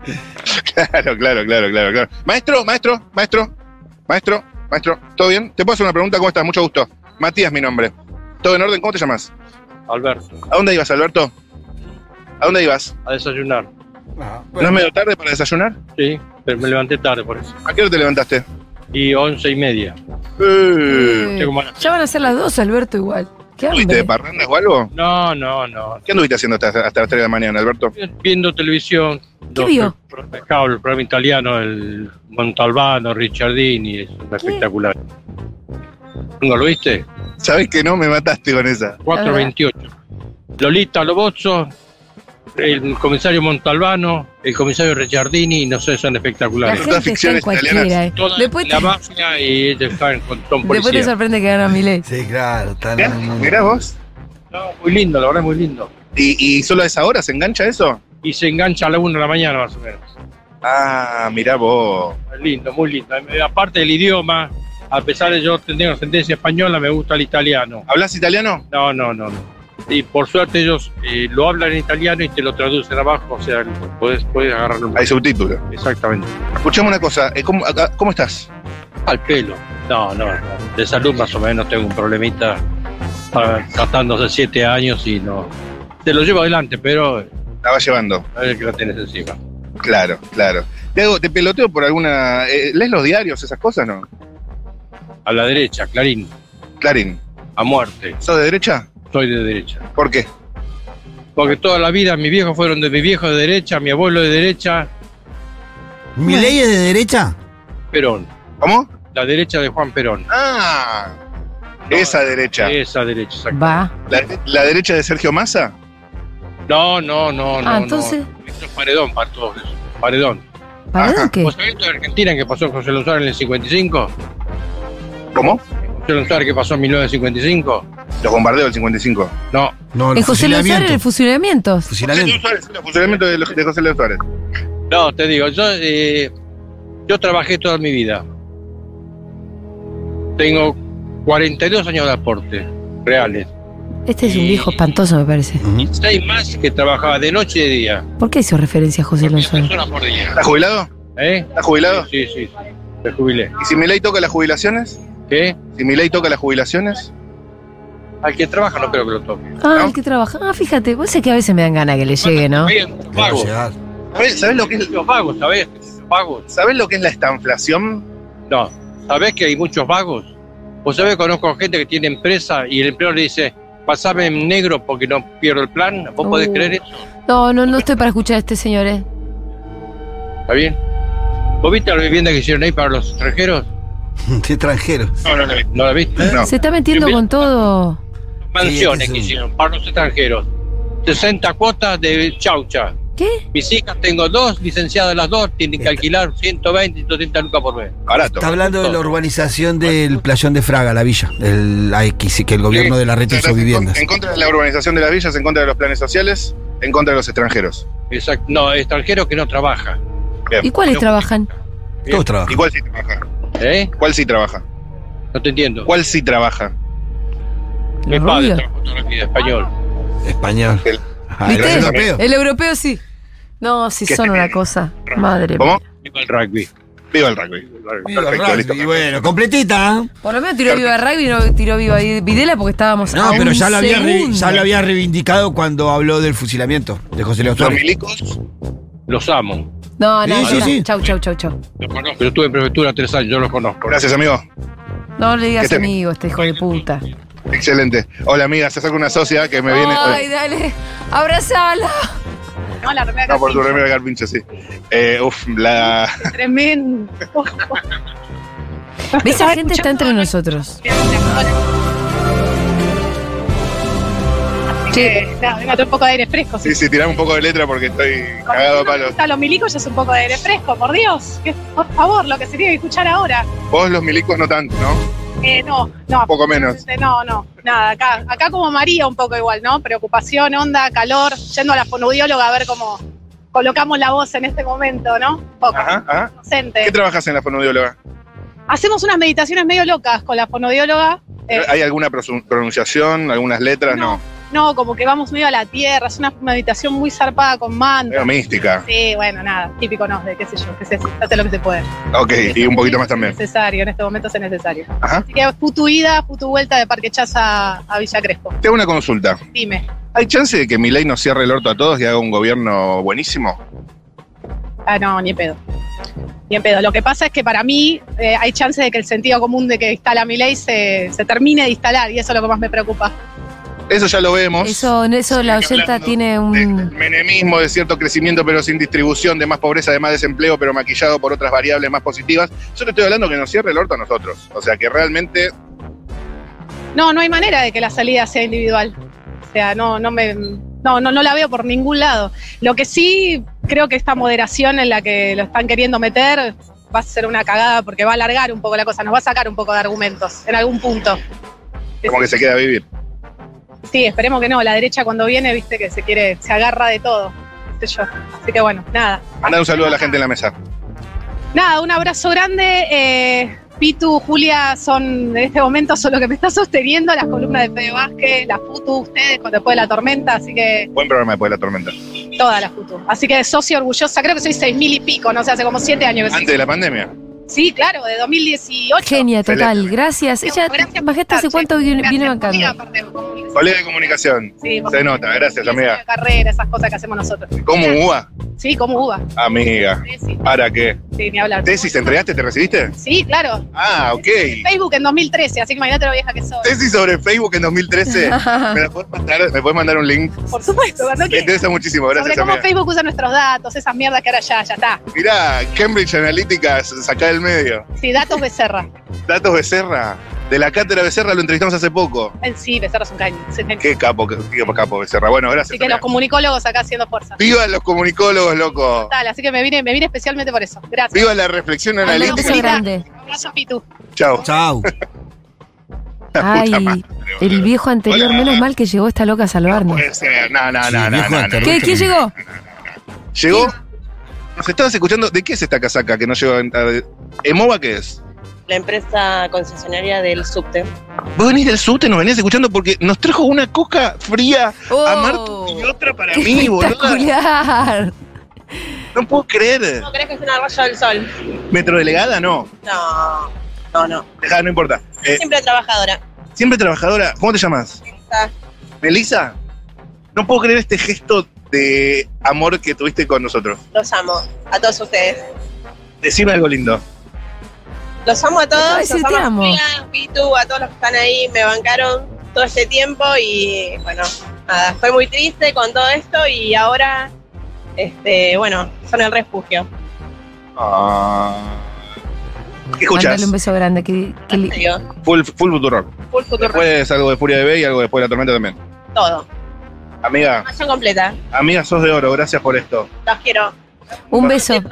Claro, claro, claro, claro, claro. Maestro, maestro, maestro, maestro. Maestro, ¿todo bien? ¿Te puedo hacer una pregunta? ¿Cómo estás? Mucho gusto. Matías, mi nombre. ¿Todo en orden? ¿Cómo te llamas? Alberto, ¿A dónde ibas, Alberto? ¿A dónde ibas? a desayunar. ¿No es medio tarde para desayunar? Sí, pero me levanté tarde por eso. ¿A qué hora te levantaste? Y once y media. Eh, Eh, ya van a ser las dos, Alberto, igual. ¿Qué ¿Fuiste de hambre. parrandas o algo? No, no, no. ¿Qué anduviste haciendo hasta, hasta las 3 de la mañana, Alberto? Viendo televisión. ¿Qué vio? El cable, el programa italiano, el Montalbano, Richardini, es espectacular. ¿No lo viste? ¿Sabés que no? Me mataste con esa. Ah. 428. Lolita Lobozzo, el comisario Montalbano, el comisario Richardini, no sé, son La espectaculares. gente está en cualquiera. eh. Toda Después la te, mafia y ellos están con son después te policías. sorprende que gana Milei. Sí, claro. Tan, Mirá vos. No, muy lindo, la verdad es muy lindo. ¿Y, y solo a esa hora se engancha eso? Y se engancha a la 1 de la mañana más o menos. Ah, mirá vos. Es lindo, muy lindo. Eh, Aparte del idioma, a pesar de yo tener ascendencia española, me gusta el italiano. ¿Hablas italiano? No, no, no. no. Y por suerte ellos eh, lo hablan en italiano y te lo traducen abajo, o sea, puedes, puedes agarrarlo. Hay subtítulos. Exactamente. Escuchame una cosa, eh, ¿cómo, acá- cómo estás? Al pelo. No, no, no. de salud más o menos tengo un problemita ah, tratándose siete años y no. Te lo llevo adelante, pero eh, La vas llevando. no es el que lo tienes encima. Claro, claro. Te, hago- te peloteo por alguna. eh, ¿Lees los diarios, esas cosas, no? A la derecha, Clarín, Clarín, a muerte. ¿sos de derecha? Soy de derecha. ¿Por qué? Porque toda la vida mis viejos fueron de mi viejo de derecha, mi abuelo de derecha, ¿Mi ley es de derecha? Perón. ¿Cómo? La derecha de Juan Perón. Ah, esa derecha. Esa derecha, exacto. Va. La, la derecha de Sergio Massa? No, no, no, no. Ah, no. entonces. Esto es paredón para todos eso. Paredón. ¿Para qué? ¿Vos sabés esto de Argentina que pasó José Lozano en el 55? ¿Cómo? ¿José Lozano que pasó en 1955? Los bombardeos del 55. No. No, En José Luis Suárez, el fusilamiento. José Luis Suárez, el funcionamiento de, los- de José Luis Suárez. No, te digo, yo, eh, yo trabajé toda mi vida. Tengo 42 años de aporte reales. Este es un viejo espantoso, me parece. Seis más que trabajaba de noche y de día. ¿Por qué hizo referencia a José Luis Suárez? Personas por día. ¿Estás jubilado? ¿Eh? ¿Estás jubilado? Sí, sí, sí. Me jubilé. ¿Y si mi ley toca las jubilaciones? ¿Qué? ¿Si mi ley toca las jubilaciones? Al que trabaja no creo que lo toque. Ah, el que trabaja. Ah, fíjate, vos sé que a veces me dan ganas que le llegue, ¿no? Bien, los pagos. ¿Sabés, sabés lo, que es, Los vagos, ¿sabés? Los vagos. ¿Sabés lo que es la estanflación? No. ¿Sabés que hay muchos vagos? Vos sabés, conozco gente que tiene empresa y el empleador le dice, pasame en negro porque no pierdo el plan. ¿Vos Uh. podés creer eso? No, no, no estoy para escuchar a este señor, eh. ¿Está bien? ¿Vos viste la vivienda que hicieron ahí para los extranjeros? De extranjero. No, no, no. ¿No la viste? No. Se está metiendo con todo. Mansiones Sí, ese es que un- hicieron para los extranjeros. 60 cuotas de chaucha. ¿Qué? Mis hijas tengo dos, licenciadas las dos, tienen que alquilar 120, 130 lucas por mes. Barato. Está hablando de la urbanización del playón de Fraga, la villa. El, la X, que el gobierno de la red hizo En- viviendas. En contra de la urbanización de las villas, en contra de los planes sociales, en contra de los extranjeros. Exacto. No, extranjero que no trabaja. ¿Y cuáles trabajan? Todos trabajan. ¿Y cuál sí trabaja? ¿Eh? ¿Cuál sí trabaja? No te entiendo. ¿Cuál sí trabaja? ¿Los Mi padre rubios? trabajó toda la vida español. Español. El- Ah, el ¿Viste? europeo. El europeo sí. No, si ¿Qué son te una tiene? cosa. Madre mía. ¿Cómo? Viva el rugby. Viva el rugby. Viva el Perfecto, rugby. listo. Y bueno, completita. ¿eh? Por lo menos tiró viva rugby y no tiró viva Videla porque estábamos No, a pero Ah, un ya lo, había re- segundo. ya lo había reivindicado cuando habló del fusilamiento de José León Los Suárez. milicos, Los amo. No, no, Sí, no, sí, no. sí. Chau, chau, chau, chau. Los conozco. Yo estuve en prefectura tres años, yo los conozco. gracias amigo. No le digas ¿Qué te- amigo a este hijo de puta. Excelente. Hola amiga, se saca una socia que me viene. Ay, dale. Abrazala. No, la remera No, Ah, por tu Casillas. remera de carpincho, sí. Eh, uf, la. Tremendo. Esa gente está entre nosotros. Che, nada, me mató un poco de aire fresco. Sí, sí, tirame un poco de letra porque estoy cagado a palos. Está los milicos, ya es un poco de aire fresco, por Dios. Que- Por favor, lo que se tiene que escuchar ahora. Vos los milicos no tanto, ¿no? Eh, no, no. Un poco menos. No, no, nada, acá, acá como María un poco igual, ¿no? Preocupación, onda, calor, yendo a la fonoaudióloga a ver cómo colocamos la voz en este momento, ¿no? Un poco, Ajá, ajá. inocente. ¿Ah? ¿Qué trabajas en la fonoaudióloga? Hacemos unas meditaciones medio locas con la fonoaudióloga. eh, ¿Hay alguna prosu- pronunciación, algunas letras? No. No, como que vamos medio a la tierra, es una meditación muy zarpada con mantas. Medio mística. Sí, bueno, nada, típico nos de qué sé yo, que se hace lo que se puede. Ok, y un poquito más también. Necesario, en este momento es necesario. Ajá. Así que putu ida, putu vuelta de Parque Chas a, a Villa Crespo. Te hago una consulta. Dime, ¿Hay chance de que mi ley nos cierre el orto a todos y haga un gobierno buenísimo? ah, no, ni en pedo. Ni en pedo. Lo que pasa es que para mí eh, hay chance de que el sentido común de que instala mi ley se, se termine de instalar y eso es lo que más me preocupa. Eso ya lo vemos. Eso, en eso la oyenta tiene un. Menemismo de cierto crecimiento, pero sin distribución, de más pobreza, de más desempleo, pero maquillado por otras variables más positivas. Yo te estoy hablando que nos cierre el orto a nosotros. O sea, que realmente No, no hay manera de que la salida sea individual. O sea, no, no me. No, no, no la veo por ningún lado. Lo que sí creo que esta moderación en la que lo están queriendo meter va a ser una cagada porque va a alargar un poco la cosa, nos va a sacar un poco de argumentos en algún punto. como que se queda a vivir. Sí, esperemos que no. La derecha cuando viene, viste que se quiere, se agarra de todo. qué sé yo. Así que bueno, nada. Mandar un saludo a la gente en la mesa. Nada, un abrazo grande. eh, Pitu, Julia, son en este momento son lo que me está sosteniendo, las columnas de Fede Vázquez, las Putu, ustedes, con después de la tormenta, así que Buen programa después de la tormenta. todas las Putu. Así que socio orgullosa, creo que soy seis mil y pico, no sé, hace como siete años que soy. Antes de la pandemia. Sí, claro, de 2018. Genia, total. Gracias. Ella, Majestad, ¿hace cuánto viene, viene bancando? Colega de comunicación. Sí, por se supuesto. nota, gracias, amiga. Carrera, esas cosas que hacemos nosotros. ¿Cómo uva? Sí, como uva. Amiga. Sí, sí, ¿Para qué? sí, ni hablar. ¿Tesis te entregaste? ¿Te recibiste? Sí, claro. Ah, ok. Facebook en 2013, así que imagínate lo vieja que soy. Tesis sobre Facebook en 2013. ¿Me, la podés mandar? ¿Me podés mandar un link? Por supuesto, cuando Me quieras. interesa muchísimo, Sobre gracias, cómo amiga. Facebook usa nuestros datos, esas mierdas que ahora ya, ya está. Mirá, Cambridge Analytica, sacá del medio. Sí, datos Becerra. Datos Becerra. De la cátedra Becerra lo entrevistamos hace poco. Eh, Sí, Becerra es un caño. sí, sí. Qué capo, qué qué capo Becerra. Bueno, Así gracias. que los comunicólogos acá haciendo fuerza. Viva los comunicólogos, loco. Tal, así que me vine, me vine especialmente por eso. Gracias. Viva la reflexión Te mando un analítica. beso grande. Un abrazo, Pitu. Chao. Chao. Ay, el viejo anterior, menos mal que llegó esta loca a salvarnos. No, no, no, no, no, no. ¿Qué, ¿Quién llegó? ¿Llegó? Nos estabas escuchando. ¿De qué es esta casaca que no llegó a entrar? ¿Emova qué es? La empresa concesionaria del subte. Vos venís del subte, nos venías escuchando porque nos trajo una coca fría Oh. a Martu y otra para mí, boludo. Oh, Espectacular. No puedo creer. ¿No crees que es una raya del sol? Metrodelegada, no. No, no, no. Dejá, no importa. Eh, Siempre trabajadora. Ah, siempre trabajadora. ¿Cómo te llamas? Está. ¿Melisa? No puedo creer este gesto de amor que tuviste con nosotros. Los amo. A todos ustedes. Decime algo lindo. Los amo a Ay, todos. sí, los te a amo. Sofía, Pitu, a todos los que están ahí. Me bancaron todo este tiempo y bueno, nada. Fue muy triste con todo esto y ahora, este, bueno, son el refugio. ¿Qué escuchas? Mándale Ah. un beso grande. Que, que li- Full, full Futurock. Full futuro. Después algo de Furia de B y algo después de la tormenta también. Todo. Amiga, Acción completa. amiga, sos de oro, gracias por esto. Los quiero. Un beso. Te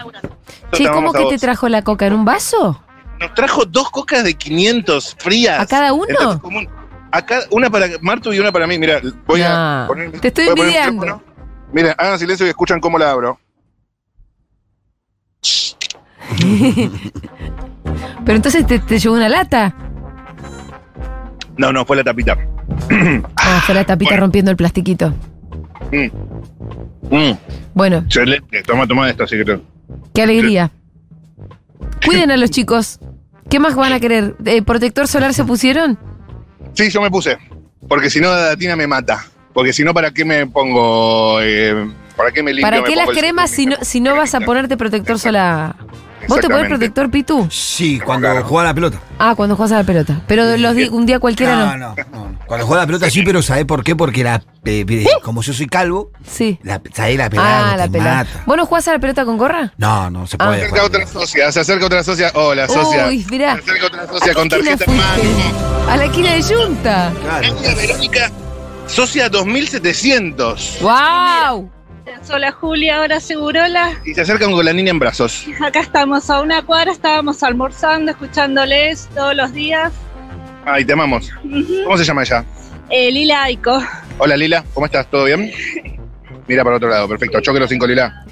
Che, ¿cómo amamos a que vos. te trajo la coca? ¿En un vaso? Nos trajo dos cocas de 500 frías. ¿A cada uno? Entonces, como un- a cada- una para Martu y una para mí. Mira, voy a No. poner. Te estoy voy a poner el envidiando. micrófono. Miren, hagan silencio y escuchan cómo la abro. Pero entonces te, te llegó una lata. No, no, fue la tapita. Ah, fue la tapita rompiendo el plastiquito. Mm. Mm. Bueno, Excelente. Toma, toma esto, así que. te- qué alegría. Cuiden a los chicos. ¿Qué más van a querer? Eh, ¿Protector solar se pusieron? Sí, yo me puse. Porque si no, la datina me mata. Porque si no, ¿para qué me pongo. eh, ¿Para qué me limpio? ¿Para Me qué las pongo el- cremas si no, si no vas a ponerte protector solar? ¿Vos te pones Exactamente. protector, Pitu? Sí, cuando jugaba la pelota. Ah, cuando juegas a la pelota. Pero de los di- un día cualquiera no. No, no, Cuando jugaba la pelota sí, pero ¿sabés por qué? Porque la, eh, mire, como yo soy calvo, sí. la, ¿sabés la pelada? Ah, la te pelota. mata. ¿Vos no jugás a la pelota con gorra? No, no se Ah. puede. Se jugar. acerca otra socia, se acerca otra socia. Hola, socia. Uy, mirá. Se acerca otra socia con ¿A qué tarjeta en esquina mano. fuiste? A la esquina de Junta. Ángela Verónica, socia 2700. ¡Wow! Hola Julia, ahora Segurola. Y se acercan con la niña en brazos. Acá estamos a una cuadra, estábamos almorzando, escuchándoles todos los días. Ay, te amamos. Ujú. ¿Cómo se llama ella? Eh, Lila Aico. Hola, Lila. ¿Cómo estás? ¿Todo bien? Mira para otro lado. Perfecto. Choque los cinco, Lila.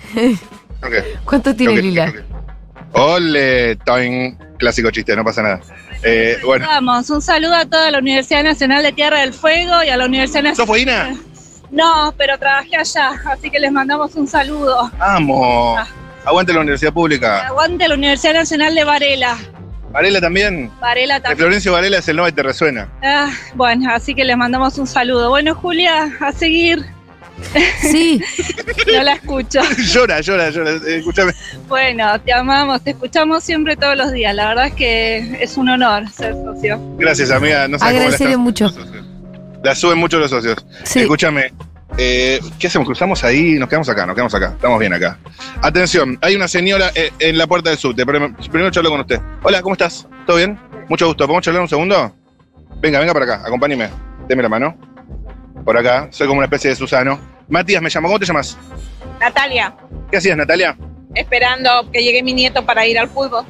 Ok. ¿Cuánto tiene Ok, Lila? Ole, Toin. Clásico chiste, no pasa nada. Eh, bueno, Vamos, un saludo a toda la Universidad Nacional de Tierra del Fuego y a la Universidad Nacional. ¿Sos fueguina? No, pero trabajé allá, así que les mandamos un saludo. vamos. Ah. Aguante la universidad pública. Aguante la Universidad Nacional de Varela. Varela también. Varela De también. Florencio Varela es el nombre que te resuena. Ah, bueno, así que les mandamos un saludo. Bueno, Julia, a seguir. Sí. no la escucho. llora, llora, llora. Eh, Escúchame. Bueno, te amamos, te escuchamos siempre todos los días. La verdad es que es un honor ser socio. Gracias, amiga. No sabes cómo la Agradecerle estás- mucho. La suben mucho los socios. Escúchame. eh, ¿Qué hacemos? ¿Cruzamos ahí? Nos quedamos acá, nos quedamos acá. Estamos bien acá. Atención, hay una señora eh, en la puerta del subte. pero Primero charlo con usted. Hola, ¿cómo estás? ¿Todo bien? Mucho gusto. ¿Podemos charlar un segundo? Venga, venga para acá, acompáñeme. Deme la mano. Por acá, soy como una especie de Susano. Matías me llamo, ¿cómo te llamas? Natalia, ¿Qué hacías, Natalia? esperando que llegue mi nieto para ir al fútbol.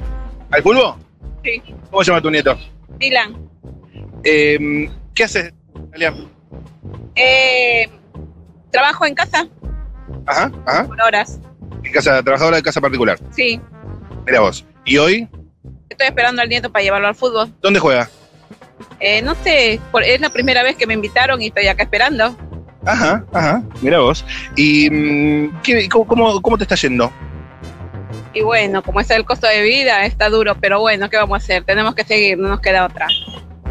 ¿Al pulvo? Sí, ¿Cómo se llama tu nieto? Dylan. Eh, ¿Qué haces, Natalia? Eh, trabajo en casa Ajá, ajá. por horas. En casa, trabajadora de casa particular. Sí, Mira vos. ¿Y hoy? estoy esperando al nieto para llevarlo al fútbol. ¿Dónde juega? Eh, no sé, por- es la primera vez que me invitaron y estoy acá esperando. Ajá, ajá, mira vos. ¿Y mm, qué- cómo, cómo- cómo te está yendo? Y bueno, como es el costo de vida, está duro, pero bueno, ¿qué vamos a hacer? Tenemos que seguir, no nos queda otra.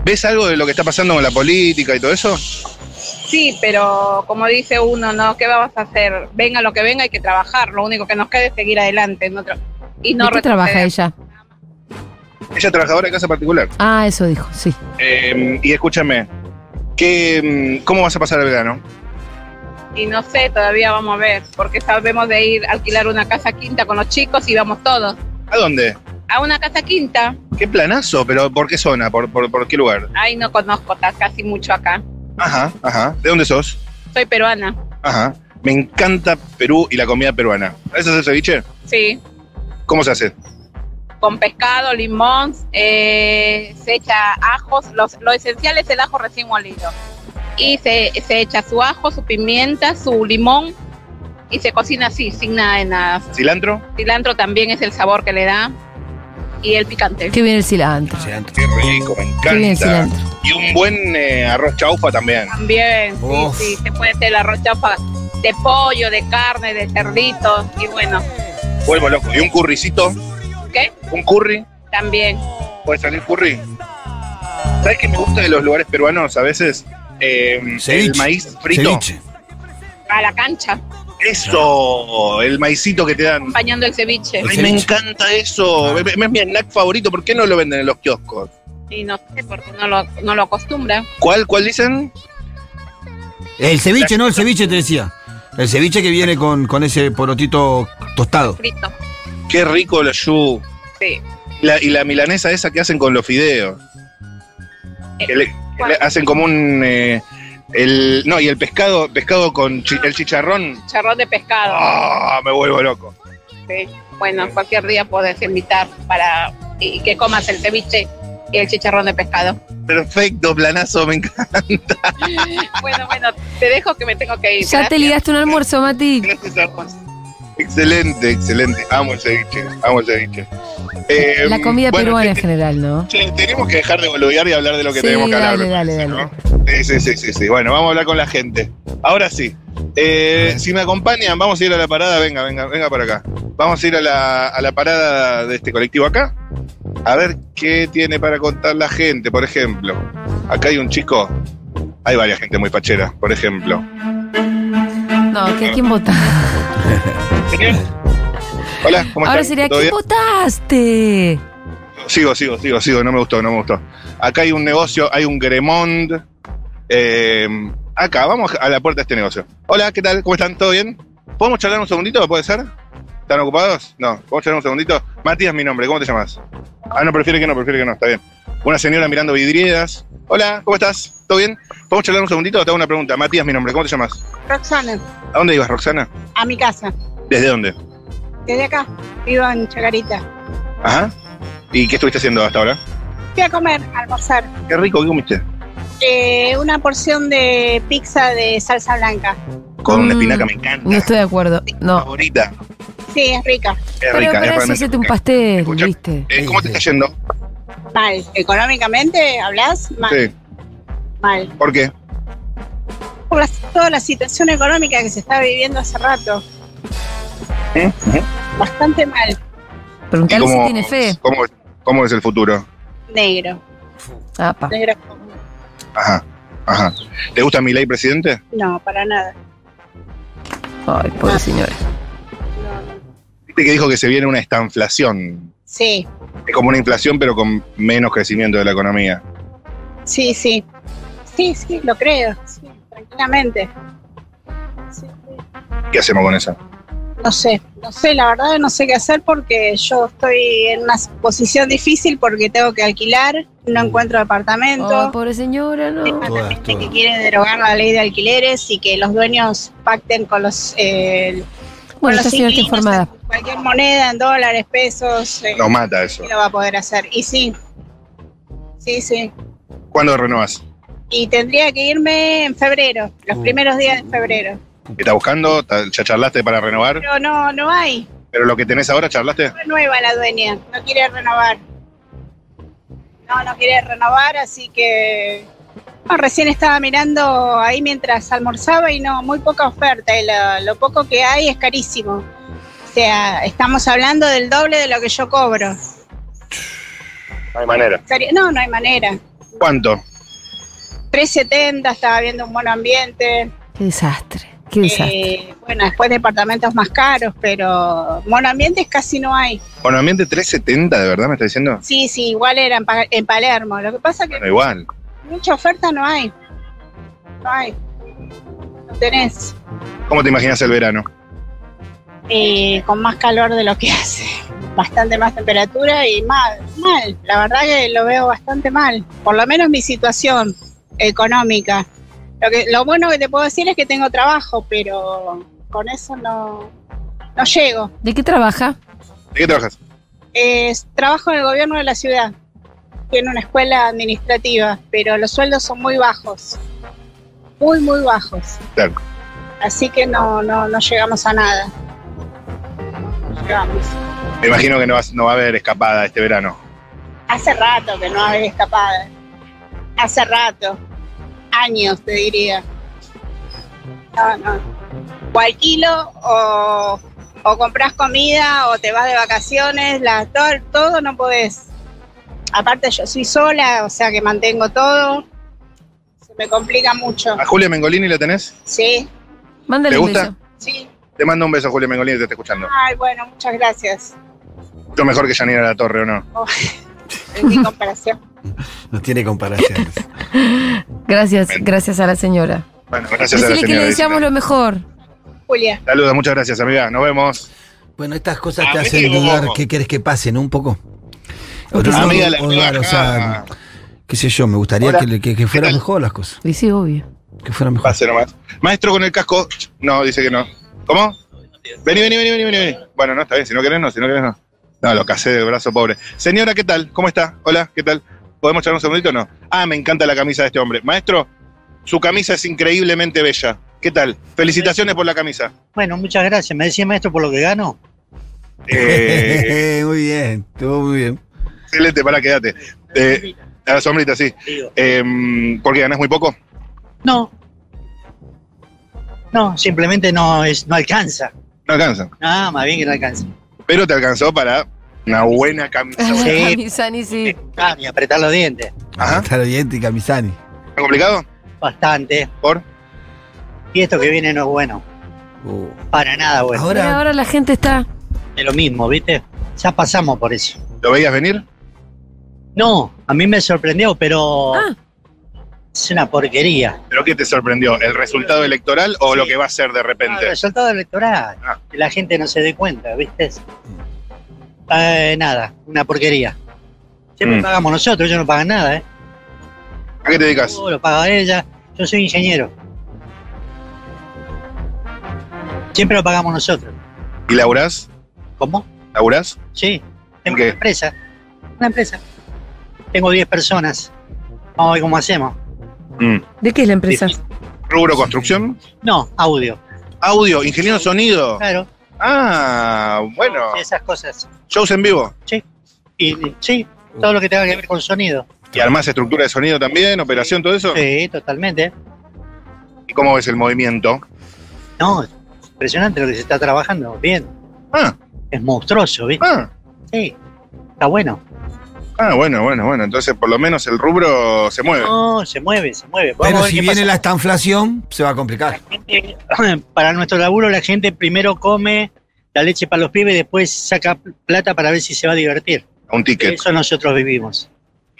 ¿Ves algo de lo que está pasando con la política y todo eso? Sí, pero como dice uno, ¿no? ¿Qué vamos a hacer? Venga lo que venga, hay que trabajar. Lo único que nos queda es seguir adelante. No tra- y no ¿De qué trabaja retroceder. ella? Ella es trabajadora de casa particular. Ah, eso dijo, sí. Eh, y escúchame, ¿qué, mm, ¿cómo vas a pasar el verano? Y no sé, todavía vamos a ver, porque sabemos de ir a alquilar una casa quinta con los chicos y vamos todos. ¿A dónde? A una casa quinta, ¿Qué planazo? ¿Pero por qué zona? ¿Por, por, por qué lugar? ahí no conozco ta- casi mucho acá. Ajá, ajá. ¿De dónde sos? Soy peruana, Ajá. Me encanta Perú y la comida peruana. ¿Eso es el ceviche? sí, ¿Cómo se hace? con pescado, limón, eh, se echa ajos, los- lo esencial es el ajo recién molido. Y se, se echa su ajo, su pimienta, su limón y se cocina así, sin nada de nada. ¿Cilantro? Cilantro también es el sabor que le da y el picante. Qué bien el cilantro. Qué rico, me encanta. Qué bien el cilantro. Y un buen eh, arroz chaufa también. También, sí, Uf. sí, se puede hacer la arroz chaufa de pollo, de carne, de cerdito y bueno, Vuelvo loco. ¿Y un curricito? ¿qué? ¿Un curry? También. ¿Puede salir curry? ¿Sabes qué me gusta de los lugares peruanos a veces? Eh, el maíz frito. Ceviche. A la cancha, Eso, el maicito que te dan. acompañando el ceviche. Ay, me encanta eso. Me- me- Es mi snack favorito. ¿Por qué no lo venden en los kioscos? Y no sé por qué no lo, no lo acostumbra. ¿Cuál, cuál dicen? El ceviche, ¿no? El ceviche te decía. El ceviche que viene con, con ese porotito tostado. Frito, Qué rico el yu. sí. La- y la milanesa esa que hacen con los fideos. Que le- que le hacen como un... eh, el, no, y el pescado, pescado con chi- el chicharrón. Charrón de pescado. Ah, me vuelvo loco. Sí. Bueno, cualquier día puedes invitar para y que comas el ceviche y el chicharrón de pescado. Perfecto, planazo, me encanta. bueno, bueno, te dejo que me tengo que ir. Ya te ligaste un almuerzo, Mati. Excelente, excelente. Amo el ceviche, amo el ceviche. Eh, La comida bueno, peruana en che, general, ¿no? che, tenemos que dejar de boludear y hablar de lo que Sí, tenemos que hablar. dale, dale, dale. Sí, sí, sí, sí, sí. Bueno, vamos a hablar con la gente. Ahora sí. Eh, si me acompañan, vamos a ir a la parada. Venga, venga, venga para acá. Vamos a ir a la, a la parada de este colectivo acá. A ver qué tiene para contar la gente, por ejemplo. Acá hay un chico. Hay varias gente muy fachera, por ejemplo. No, ¿que ¿a quién votaste? Hola, ¿cómo estás? Ahora sería, ¿a quién votaste? Sigo, sigo, sigo, sigo. No me gustó, no me gustó. Acá hay un negocio, hay un Gremond. Eh, acá, vamos a la puerta de este negocio. Hola, ¿qué tal? ¿Cómo están? ¿Todo bien? ¿Podemos charlar un segundito? ¿Puede ser? ¿Están ocupados? No, ¿podemos charlar un segundito? Matías, mi nombre, ¿cómo te llamas? Ah, no, prefiere que no, prefiere que no, está bien. Una señora mirando vidrieras. Hola, ¿cómo estás? ¿Todo bien? ¿Podemos charlar un segundito? Te hago una pregunta. Matías, mi nombre, ¿cómo te llamas? Roxana, ¿A dónde ibas, Roxana? a mi casa, ¿Desde dónde? desde acá, vivo en Chacarita. Ajá. ¿Y qué estuviste haciendo hasta ahora? Fui a comer, a almorzar, Qué rico, ¿qué comiste? eh, una porción de pizza de salsa blanca. Con una Mm, espinaca, me encanta. No estoy de acuerdo. No. Favorita. Sí, es rica. Es Pero rica, es para eso realmente hacete un rica. pastel, ¿viste? Eh, ¿Cómo te está yendo? Mal. Económicamente, ¿hablas? Mal. Sí. Mal. ¿Por qué? Por la- toda la situación económica que se está viviendo hace rato. Bastante mal. Preguntale ¿Y si cómo- tiene fe. ¿Cómo, cómo es el futuro? Negro. Apa. Negro. Ajá, ajá. ¿Te gusta mi ley, presidente? No, para nada. Ay, pobre señora. Viste que dijo que se viene una estanflación. Sí, Es como una inflación, pero con menos crecimiento de la economía. sí, sí. Sí, sí, lo creo. Sí, tranquilamente. ¿Qué hacemos con eso? No sé, no sé, la verdad no sé qué hacer porque yo estoy en una posición difícil porque tengo que alquilar, no encuentro departamento. Ay, pobre señora, no. que quiere derogar la ley de alquileres y que los dueños pacten con los eh, con Bueno, los esta señora está inquilinos informada. en cualquier moneda, en dólares, pesos, eh, Nos mata eso. y lo va a poder hacer. Y sí, sí, sí. ¿Cuándo renovas? Y tendría que irme en febrero, los primeros días de febrero. ¿Estás buscando? ¿Ta- ¿Ya charlaste para renovar? Pero no, no hay. ¿Pero lo que tenés ahora charlaste? No renueva la dueña, no quiere renovar. No, no quiere renovar, así que... no, recién estaba mirando ahí mientras almorzaba y no, muy poca oferta. y lo, lo poco que hay es carísimo. O sea, estamos hablando del doble de lo que yo cobro. No hay manera. Sería- No, no hay manera. ¿Cuánto? 370, estaba viendo un buen ambiente. Qué desastre. Qué desastre. Eh, bueno, después departamentos más caros, pero monoambientes casi no hay. Bueno, Eh, ambiente 370, ¿de verdad me está diciendo? Sí, sí, igual era en, Pa- en Palermo. Lo que pasa que Bueno, igual. mucha oferta no hay. No hay. No tenés. ¿Cómo te imaginas el verano? Eh, con más calor de lo que hace. Bastante más temperatura y mal, mal. La verdad que lo veo bastante mal. Por lo menos mi situación económica. Lo, que, lo bueno que te puedo decir es que tengo trabajo, pero con eso no, no llego. ¿De qué trabaja? ¿De qué trabajas? Eh, trabajo en el gobierno de la ciudad. Tiene una escuela administrativa, pero los sueldos son muy bajos. Muy, muy bajos. Claro. Así que no, no, no llegamos a nada. No llegamos. Me imagino que no, vas- no va a haber escapada este verano. Hace rato que no había escapada. Hace rato. Años, te diría. No, no. O alquilo, o, o compras comida, o te vas de vacaciones. La, todo, todo no podés. Aparte, yo soy sola, o sea que mantengo todo. Se me complica mucho. ¿A Julia Mengolini la tenés? Sí, Mándale ¿Te un gusta? beso. sí. Te mando un beso, Julia Mengolini, te está escuchando. Ay, bueno, muchas gracias. Mucho mejor que Janina La Torre, ¿o no? Oh, en mi comparación. No tiene comparaciones. Gracias, gracias a la señora. Bueno, gracias a la Decirle que señora. le dice. deseamos lo mejor. Julia. Saludos, muchas gracias, amiga. Nos vemos. Bueno, estas cosas A te mí hacen sí, dudar ojo. qué querés que pase, ¿no? Un poco. O Otra no, amiga, la o estoy dar, o sea, acá. qué sé yo, me gustaría Hola. que, le- que, que fueran mejor las cosas. Y sí, obvio. Que fueran mejor. Pase nomás. Maestro con el casco. No, dice que no. ¿Cómo? Vení, vení, vení, vení, vení, vení. Bueno, no, está bien. Si no querés, no, si no querés, no. No, lo casé del brazo, pobre. Señora, ¿qué tal? ¿Cómo está? Hola, ¿qué tal? ¿Podemos charlar un segundito o no? Ah, me encanta la camisa de este hombre. Maestro, su camisa es increíblemente bella. ¿Qué tal? Felicitaciones por la camisa. Bueno, muchas gracias. Me decía maestro por lo que gano. Eh, muy bien, estuvo muy bien. Excelente, pará, quédate. Eh, a la sombrita, sí. Eh, ¿Por qué ganás muy poco? No. No, simplemente no es, no alcanza. No alcanza. Ah, más bien que no alcanza. Pero te alcanzó para una buena camisa. Camisani, sí. Ah, y apretar los dientes. Ajá. Está Ah, bien, y Camisani. ¿Está complicado? Bastante. ¿Por? Y esto que viene no es bueno. Uh. Para nada bueno. Ahora, ahora la gente está. Es lo mismo, ¿viste? Ya pasamos por eso. ¿Lo veías venir? No, a mí me sorprendió, pero. Es una porquería. ¿Pero qué te sorprendió? ¿El resultado electoral o lo que va a ser de repente? El resultado electoral. Que la gente no se dé cuenta, ¿viste? Eh, nada, una porquería. Siempre Mm. pagamos nosotros, ellos no pagan nada, ¿eh? ¿A qué te dedicas? Todo lo paga ella. Yo soy ingeniero. Siempre lo pagamos nosotros. ¿Y laburás? ¿Cómo? ¿Laburás? Sí. ¿En Tengo una qué? empresa. Una empresa. Tengo 10 personas. Vamos a ver cómo hacemos. Mm. ¿De qué es la empresa? ¿Rubro construcción? No, audio. Audio, ingeniero sonido. Claro. Ah, bueno. Esas cosas. ¿Shows en vivo? Sí. Y, y- sí. Todo lo que tenga que ver con sonido. ¿Y armás estructura de sonido también, operación, todo eso? Sí, totalmente. ¿Y cómo ves el movimiento? No, es impresionante lo que se está trabajando. Bien. Es monstruoso, ¿viste? Sí, está bueno. Ah, bueno, bueno, bueno. Entonces, por lo menos el rubro se mueve. No, se mueve, se mueve. Vamos a Pero ver si qué viene pasa. la estanflación, se va a complicar. para nuestro laburo la gente primero come la leche para los pibes y después saca plata para ver si se va a divertir. Un ticket. De Eso nosotros vivimos.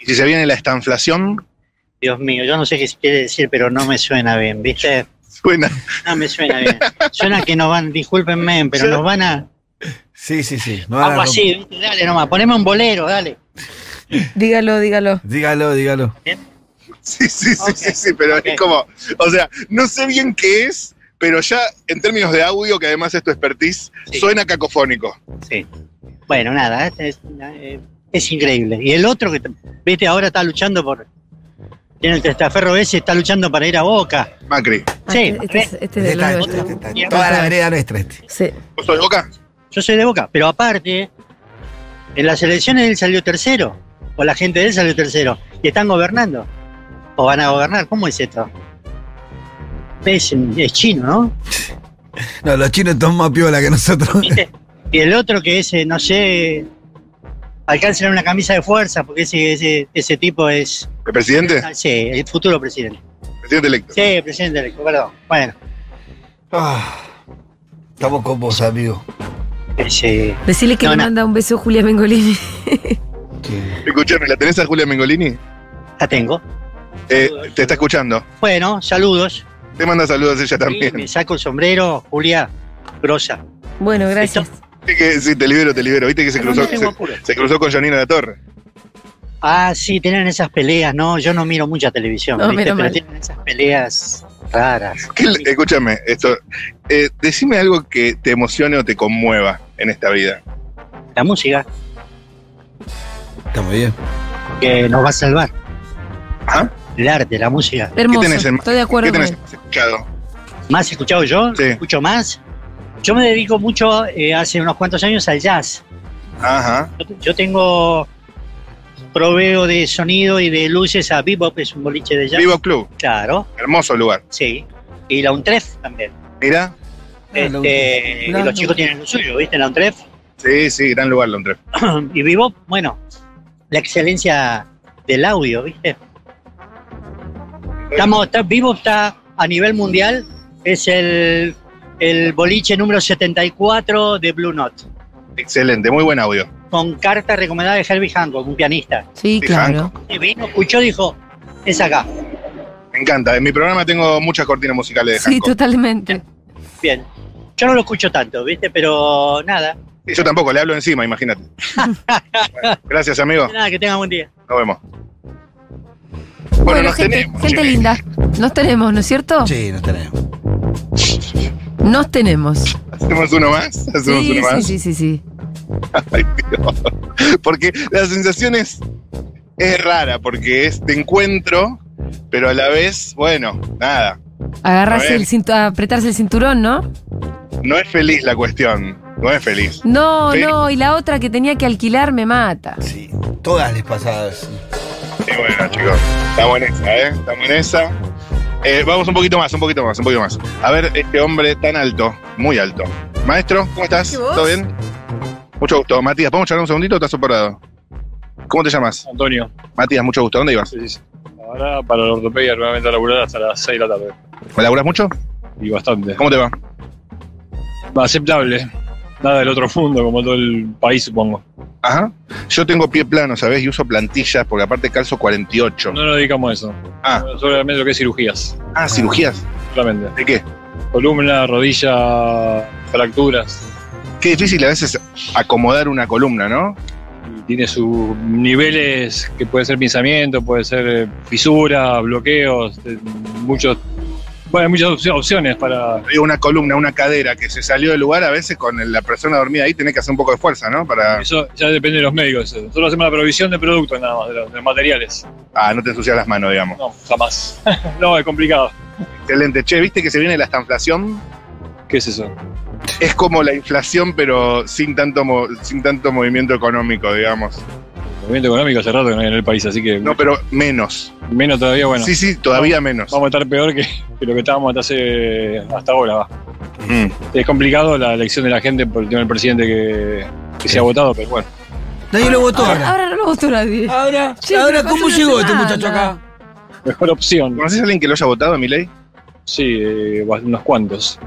¿Y si se viene la estanflación? Dios mío, yo no sé qué quiere decir, pero no me suena bien, ¿viste? Suena. No me suena bien. Suena que nos van, discúlpenme, pero nos van a... Sí, sí, sí. No Algo haga así, rom- ¿viste? dale nomás, poneme un bolero, dale. Dígalo, dígalo. Dígalo, dígalo. Sí, sí, sí, sí, sí, pero es como, o sea, no sé bien qué es, pero ya en términos de audio, que además es tu expertise, suena cacofónico. Sí. Bueno, nada, es, es- eh, es increíble. Y el otro que, t- viste, ahora está luchando por... Tiene el testaferro ese, está luchando para ir a Boca. Macri. Sí, Este es, este es de la Está- está- nuestra. está- toda la vereda nuestra este. Sí. ¿Vos sos de Boca? Yo soy de Boca, pero aparte, en las elecciones él salió tercero, o la gente de él salió tercero, y están gobernando, o van a gobernar, ¿cómo es esto? Es, es chino, ¿no? No, los chinos son más piola que nosotros. Y el otro que es, eh, no sé, alcanzan una camisa de fuerza, porque ese, ese, ese tipo es... Ah, ¿El presidente? Sí, el futuro presidente. Presidente electo. Sí, presidente electo, perdón. Bueno. Ah. Estamos con vos, amigo. Eh, Sí. Decirle que No, le no. manda un beso a Julia Mengolini. Escuchame, ¿la tenés a Julia Mengolini? La tengo. Eh, te está escuchando. Bueno, saludos. Te manda saludos ella Sí, también. me saco el sombrero, Julia, grosa. Bueno, gracias. Viste que- sí, te libero, te libero. Viste que se No, no cruzó, tengo apuro. se, se cruzó con Janina La Torre. Ah, sí, tienen esas peleas, no, yo no miro mucha televisión, No, ¿viste? menos pero mal. tienen esas peleas raras. ¿Qué le- escúchame, esto. eh, decime algo que te emocione o te conmueva en esta vida. La música Está muy bien. que nos va a salvar. ¿Ah? El arte, la música. Hermoso. Estoy de acuerdo con él. escuchado? ¿Más escuchado yo? ¿Escucho más? Yo me dedico mucho eh, hace unos cuantos años al jazz. Ajá. Yo, yo tengo proveo de sonido y de luces a Bebop, es un boliche de jazz. Vivo Club. Claro. Hermoso lugar. Sí. Y la UNTREF también. Mira. Ah, Este, y los chicos tienen lo suyo, ¿viste? La UNTREF. Sí, sí, gran lugar, Londres. y vivo, bueno, la excelencia del audio, ¿viste? Estamos, está, vivo está a nivel mundial, es el, el boliche número 74 de Blue Note, Excelente, muy buen audio. con carta recomendada de Herbie Hancock, un pianista. Sí, claro. Y vino, escuchó, dijo, es acá. Me encanta. En mi programa tengo muchas cortinas musicales de Sí, Hancock. totalmente. Bien. Yo no lo escucho tanto, ¿viste? Pero nada. Y Yo tampoco, le hablo encima, imagínate. Bueno, gracias, amigo. Nada, que tenga buen día. Nos vemos. Bueno, nos gente, tenemos, gente che. linda. Nos tenemos, ¿no es cierto? Sí, nos tenemos. Nos tenemos. ¿Hacemos uno más? ¿Hacemos Sí, uno sí, más? sí, sí, sí. Ay, Dios. Porque la sensación es, es rara, porque es de encuentro, pero a la vez, bueno, nada. A Agarrarse ver. el cintu- apretarse el cinturón, ¿no? No es feliz la cuestión. No es feliz. No, Sí. no, y la otra que tenía que alquilar me mata. Sí. Todas les pasadas. Y bueno, chicos, estamos en esa, ¿eh? Estamos en esa. Eh, vamos un poquito más, un poquito más, un poquito más. A ver, este hombre tan alto, muy alto. Maestro, ¿cómo estás? ¿Todo bien? Mucho gusto. Matías, ¿podemos charlar un segundito o estás operado? ¿Cómo te llamas? Antonio. Matías, mucho gusto. ¿Dónde ibas? Ahora para la ortopedia nuevamente a laburar hasta las 6 de la tarde. ¿Colaboras mucho? Y bastante. ¿Cómo te va? Aceptable. Nada del otro mundo, como todo el país, supongo. Ajá. Yo tengo pie plano, ¿sabes? Y uso plantillas porque aparte calzo 48. No nos dedicamos a eso. Ah. Solamente lo que es cirugías. Ah, cirugías. Solamente. ¿De qué? Columna, rodilla, fracturas. Qué difícil a veces acomodar una columna, ¿no? Y tiene sus niveles que puede ser pinzamiento, puede ser eh, fisura, bloqueos, eh, muchos. Bueno, hay muchas opci- opciones para. Digo, Una columna, una cadera que se salió del lugar, a veces con la persona dormida ahí tenés que hacer un poco de fuerza, ¿no? Para... Eso ya depende de los médicos. eso. Nosotros hacemos la provisión de productos nada más, de los, de los materiales. Ah, no te ensucias las manos, digamos. No, jamás. no, es complicado. Excelente. Che, ¿viste que se viene la estanflación? ¿Qué es eso? Es como la inflación, pero sin tanto, mo- sin tanto movimiento económico, digamos. movimiento económico hace rato que no hay en el país, así que. No, pero menos. Menos todavía, bueno. Sí, sí, todavía menos. Vamos a estar peor que, que lo que estábamos hasta, hace, hasta ahora, va. Mm. Es complicado la elección de la gente por el tema del presidente que, que se ha votado, pero bueno. Nadie lo votó ahora. Ahora no lo votó nadie. Ahora, Che, ahora pero ¿cómo pasó llegó una este semana. muchacho acá? Mejor opción. ¿Conoces a alguien que lo haya votado, Milei? Sí, eh, unos cuantos.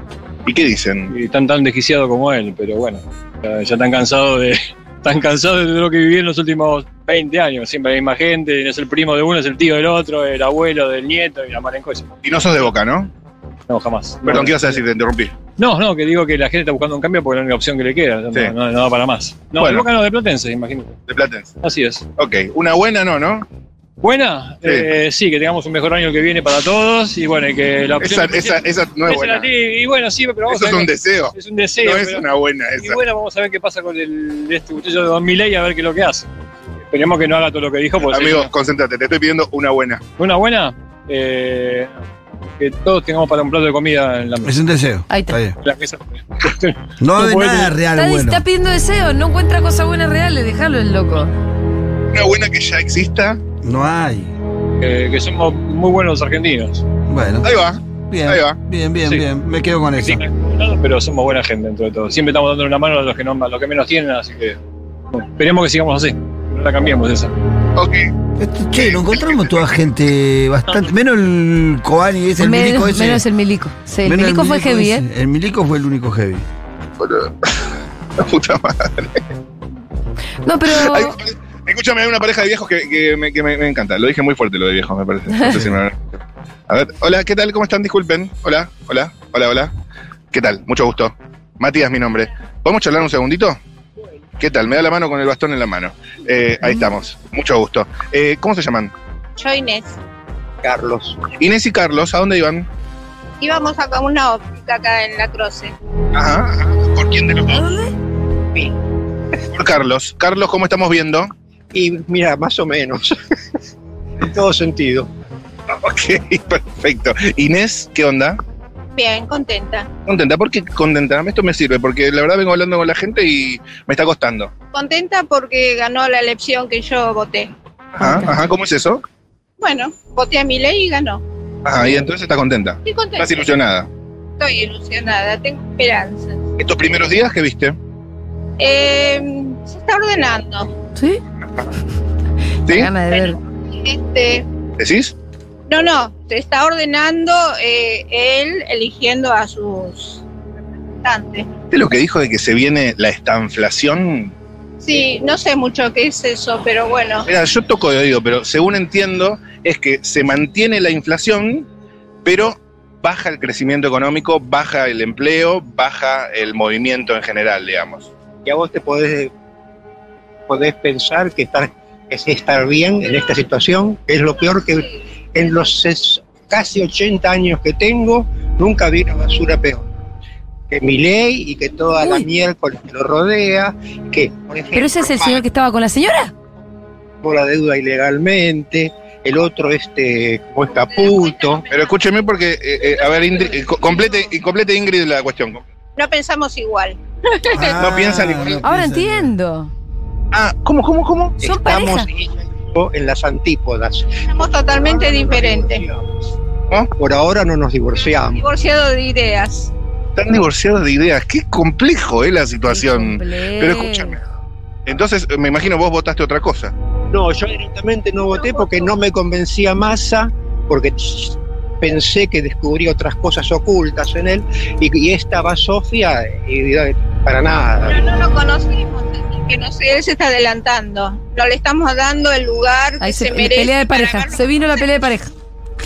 ¿Y qué dicen? Y están tan desquiciados como él, pero bueno, ya, ya están cansados de. Están cansados de lo que viví en los últimos 20 años. Siempre la misma gente, es el primo de uno, es el tío del otro, el abuelo del nieto y la mala en cosas. Y no sos de boca, ¿no? No, jamás. Perdón, ¿qué ibas a decir? Te interrumpí. No, no, que digo que la gente está buscando un cambio porque es la única opción que le queda. No, Sí. no, no da para más. No, Bueno. de Boca no, de Platense, imagino. De Platense. Así es. Ok, una buena no, ¿no? Buena, Sí. Eh, sí, que tengamos un mejor año que viene para todos y bueno, y que la opción. Esa, esa, esa no es Esa buena. la tiene, y bueno, sí, pero vamos Eso a es ver un qué- deseo. Es un deseo. No es pero- una buena esa. Y bueno, vamos a ver qué pasa con el, este muchacho de Don Milei a ver qué es lo que hace. Esperemos que no haga todo lo que dijo. porque si Amigos, concéntrate, te estoy pidiendo una buena. no- una buena, eh, que todos tengamos para un plato de comida en la Es un deseo. Ahí está. bien. La que esa- No No hay puede nada tener- real Está, bueno. está pidiendo deseos, no encuentra cosas buenas reales, déjalo el loco. Una buena que ya exista. No hay. eh, que somos muy buenos argentinos. Bueno. Ahí va. Bien, Ahí va. bien, bien, Sí. bien. Me quedo con eso. Pero somos buena gente dentro de todo. Siempre estamos dando una mano a los que, no, a los que menos tienen, así que bueno, esperemos que sigamos así. No la cambiemos esa. Ok. Esto- che, lo encontramos toda gente bastante. Menos el Cobani, es el menos, milico ese. menos el milico. Sí, el Menos milico fue heavy, ese. ¿eh? El milico fue el único heavy. Boludo. La puta madre. No, pero. Ay, Escúchame, hay una pareja de viejos que, que me, que me- me encanta. Lo dije muy fuerte lo de viejos, me parece. No sé si me- A ver, hola, ¿qué tal? ¿Cómo están? Disculpen. Hola, hola, hola, hola. ¿Qué tal? Mucho gusto. Matías, mi nombre. ¿Podemos charlar un segundito? ¿Qué tal? Me da la mano con el bastón en la mano. Eh, ahí estamos. Mucho gusto. Eh, ¿Cómo se llaman? Yo Inés. Carlos. Inés y Carlos, ¿a dónde iban? Íbamos a una óptica acá en la Croce. Ajá. ajá. ¿Por quién de los dos? Por Carlos. Carlos, ¿cómo estamos viendo? Y mira, más o menos. en todo sentido. Ok, perfecto. Inés, ¿qué onda? Bien, contenta. Contenta, ¿por qué contenta? Esto me sirve, porque la verdad vengo hablando con la gente y me está costando. Contenta porque ganó la elección que yo voté. Ajá, ajá, ¿cómo es eso? Bueno, voté a mi ley y ganó. Ajá, y entonces estás contenta. Estoy contenta. Estás ilusionada. Estoy ilusionada, tengo esperanzas. ¿Estos primeros días qué viste? Eh, se está ordenando. ¿Sí? ¿Sí? Gana de ver. Este, ¿Decís? no, no, se está ordenando eh, él eligiendo a sus representantes. ¿Viste lo que dijo de que se viene la estanflación? Sí, no sé mucho qué es eso, pero bueno. Mira, yo toco de oído, pero según entiendo, es que se mantiene la inflación, pero baja el crecimiento económico, baja el empleo, baja el movimiento en general, digamos. Y a vos te podés, podés pensar que estar, es estar bien en esta situación, que es lo peor que en los ses- casi 80 años que tengo, nunca vi una basura peor. Que mi ley y que toda la miércoles que lo rodea, que por ejemplo, ¿Pero ese es el señor que estaba con la señora? pagó la deuda ilegalmente, el otro este, como es caputo. Pero escúcheme porque, eh, eh, a ver, Indri- eh, co- complete, y complete Ingrid la cuestión. No pensamos igual. Ah, no piensan igual. Ahora entiendo. Ah, ¿cómo, cómo, cómo? Son Estamos pareja. en las antípodas. Somos totalmente diferentes. Por ahora no nos divorciamos. Divorciado de ideas. Están divorciados de ideas. Qué complejo es la situación. Pero escúchame. Entonces, eh, me imagino vos votaste otra cosa. No, yo directamente no voté porque no me convencía Massa, porque pensé que descubrí otras cosas ocultas en él, y, y esta va Sofía, y eh, para nada. No lo conocimos, así que no sé, él se está adelantando. No le estamos dando el lugar que Ahí se, se, merece. pelea de pareja. Se vino la pelea de pareja.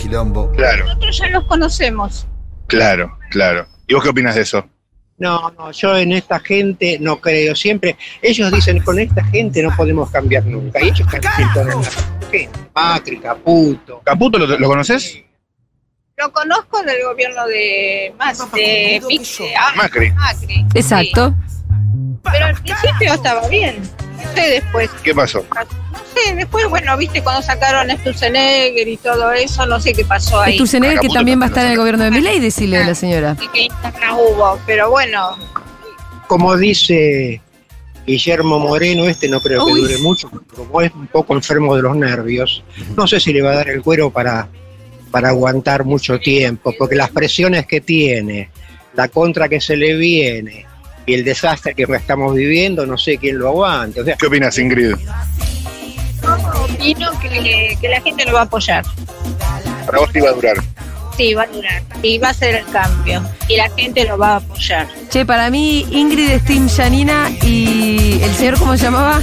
Quilombo. Claro, Nosotros ya los conocemos. claro, claro. ¿Y vos qué opinas de eso? No, no, yo en esta gente no creo. Siempre ellos dicen, con esta gente no podemos cambiar nunca. Y ellos cambian toda la gente. Macri, Caputo. ¿Caputo lo, lo conoces? Lo conozco del gobierno de más de Fichte, ah, Macri. Macri. Exacto. Pero al principio estaba bien. No sé después. ¿Qué pasó? No sé, después, bueno, viste cuando sacaron a Sturzenegger y todo eso, no sé qué pasó ahí. Sturzenegger que también va a estar en el gobierno de Milei, decirle a la señora. Así que internas hubo, pero bueno, Como dice Guillermo Moreno, este no creo que Uy. dure mucho, porque como es un poco enfermo de los nervios, no sé si le va a dar el cuero para, para aguantar mucho tiempo, porque las presiones que tiene, la contra que se le viene y el desastre que estamos viviendo, no sé quién lo aguante. ¿Qué opinas, Ingrid? Opino que, que la gente lo va a apoyar. Para vos te iba a durar. Sí, va a durar. Y va a ser el cambio. Y la gente lo va a apoyar. Che, para mí Ingrid es Team Janina y el señor, ¿cómo se llamaba?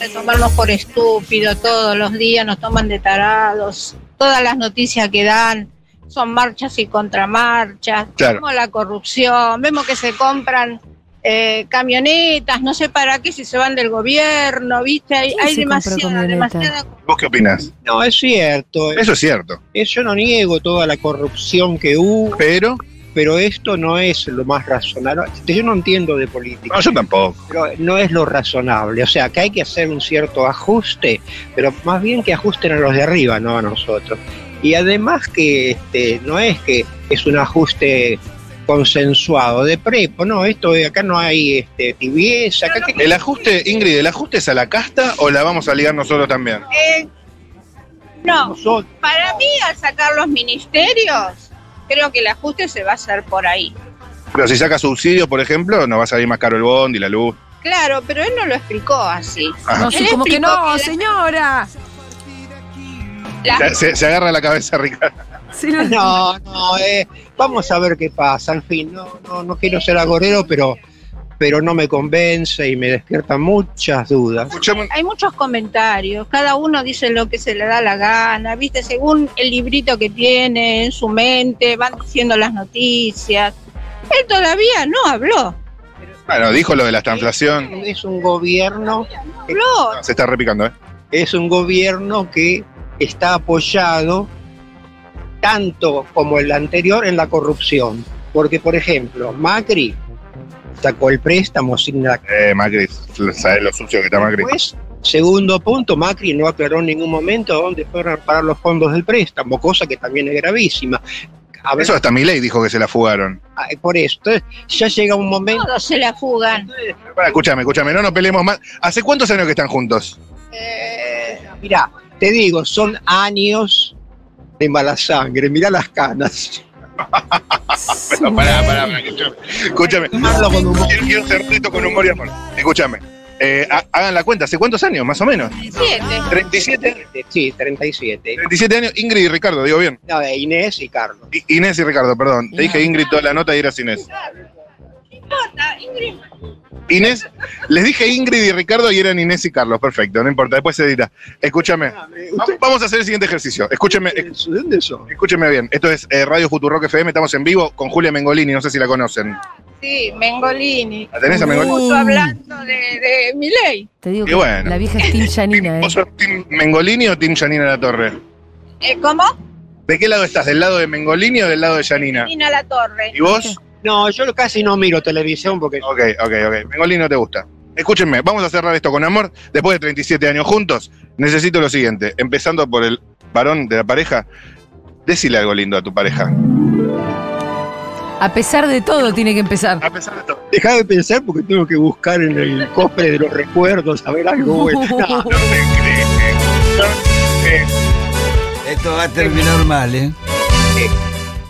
De tomarnos por estúpido todos los días, nos toman de tarados. Todas las noticias que dan son marchas y contramarchas. Claro. Vemos la corrupción, vemos que se compran eh, camionetas, no sé para qué, si se van del gobierno, ¿viste? Hay, hay demasiada, demasiada. ¿Vos qué opinás? No, es cierto. Eso es cierto. Eh, Yo no niego toda la corrupción que hubo. Pero. Pero esto no es lo más razonable. Este, Yo no entiendo de política. No, yo tampoco. Pero no es lo razonable. O sea, que hay que hacer un cierto ajuste, pero más bien que ajusten a los de arriba, no a nosotros. Y además que este, no es que es un ajuste consensuado de prepo, no, esto de acá no hay este, tibieza. Acá que- ¿El ajuste, Ingrid, el ajuste es a la casta o la vamos a ligar nosotros también? Eh, no, para mí al sacar los ministerios, creo que el ajuste se va a hacer por ahí. Pero si saca subsidio, por ejemplo, nos va a salir más caro el bond y la luz. Claro, pero él no lo explicó así. Ajá. Ah. No, sí, como que no, señora. Se, se- se agarra la cabeza, Ricardo. No, no, eh, vamos a ver qué pasa. En fin, no, no, no quiero ser agorero, pero, pero no me convence y me despierta muchas dudas. Hay muchos comentarios, cada uno dice lo que se le da la gana, viste, según el librito que tiene en su mente, van diciendo las noticias. Él todavía no habló, Bueno, dijo lo de la estanflación. Es un gobierno habló. Se está repicando, ¿eh? es un gobierno que está apoyado tanto como el anterior en la corrupción. Porque, por ejemplo, Macri sacó el préstamo sin la... Eh, Macri, ¿sabes lo sucio que está Macri? Pues, segundo punto, Macri no aclaró en ningún momento dónde fueron a parar los fondos del préstamo, cosa que también es gravísima. A ver, Eso hasta Milei dijo que se la fugaron. ah, por eso, entonces, ya llega un momento... Todos se la fugan. Pará, escúchame, escúchame, no nos peleemos más. ¿Hace cuántos años que están juntos? Mirá, te digo, son años de mala sangre, mirá las canas. Pero pará, pará, pará, escúchame. Escúchame. Quiero, quiero ser esto con humor y amor. Escúchame. Eh, ha- hagan la cuenta, ¿hace cuántos años, más o menos? Siete. 37. Sí, 37. 37 años, Ingrid y Ricardo, digo bien. No, eh, Inés y Carlos. I- Inés y Ricardo, perdón. Te dije Ingrid toda la nota y eras Inés. Inés, les dije Ingrid y Ricardo y eran Inés y Carlos, perfecto, no importa, después se edita. Escúchame, Ah, va- vamos a hacer el siguiente ejercicio. Escúcheme, ¿Dónde son? Escúcheme bien, esto es eh, Radio Futurock FM, estamos en vivo con Julia Mengolini, no sé si la conocen. Sí, Mengolini. ¿La tenés a Mengolini? Justo hablando de, de Milei. Te digo Y que bueno. la vieja es Team Janina, ¿eh? ¿Vos sos Team Mengolini o Team Janina La Torre? Eh, ¿Cómo? ¿De qué lado estás? ¿Del lado de Mengolini o del lado de Janina? Nina La Torre. Ah. ¿Y vos? No, yo casi no miro televisión porque... Ok, ok, ok. Mengolini no te gusta. Escúchenme, vamos a cerrar esto con amor. Después de 37 años juntos, necesito lo siguiente. Empezando por el varón de la pareja, decile algo lindo a tu pareja. A pesar de todo tiene que empezar. A pesar de todo. Deja de pensar porque tengo que buscar en el cofre de los recuerdos a ver algo bueno. No, no. Esto va a terminar mal, ¿eh?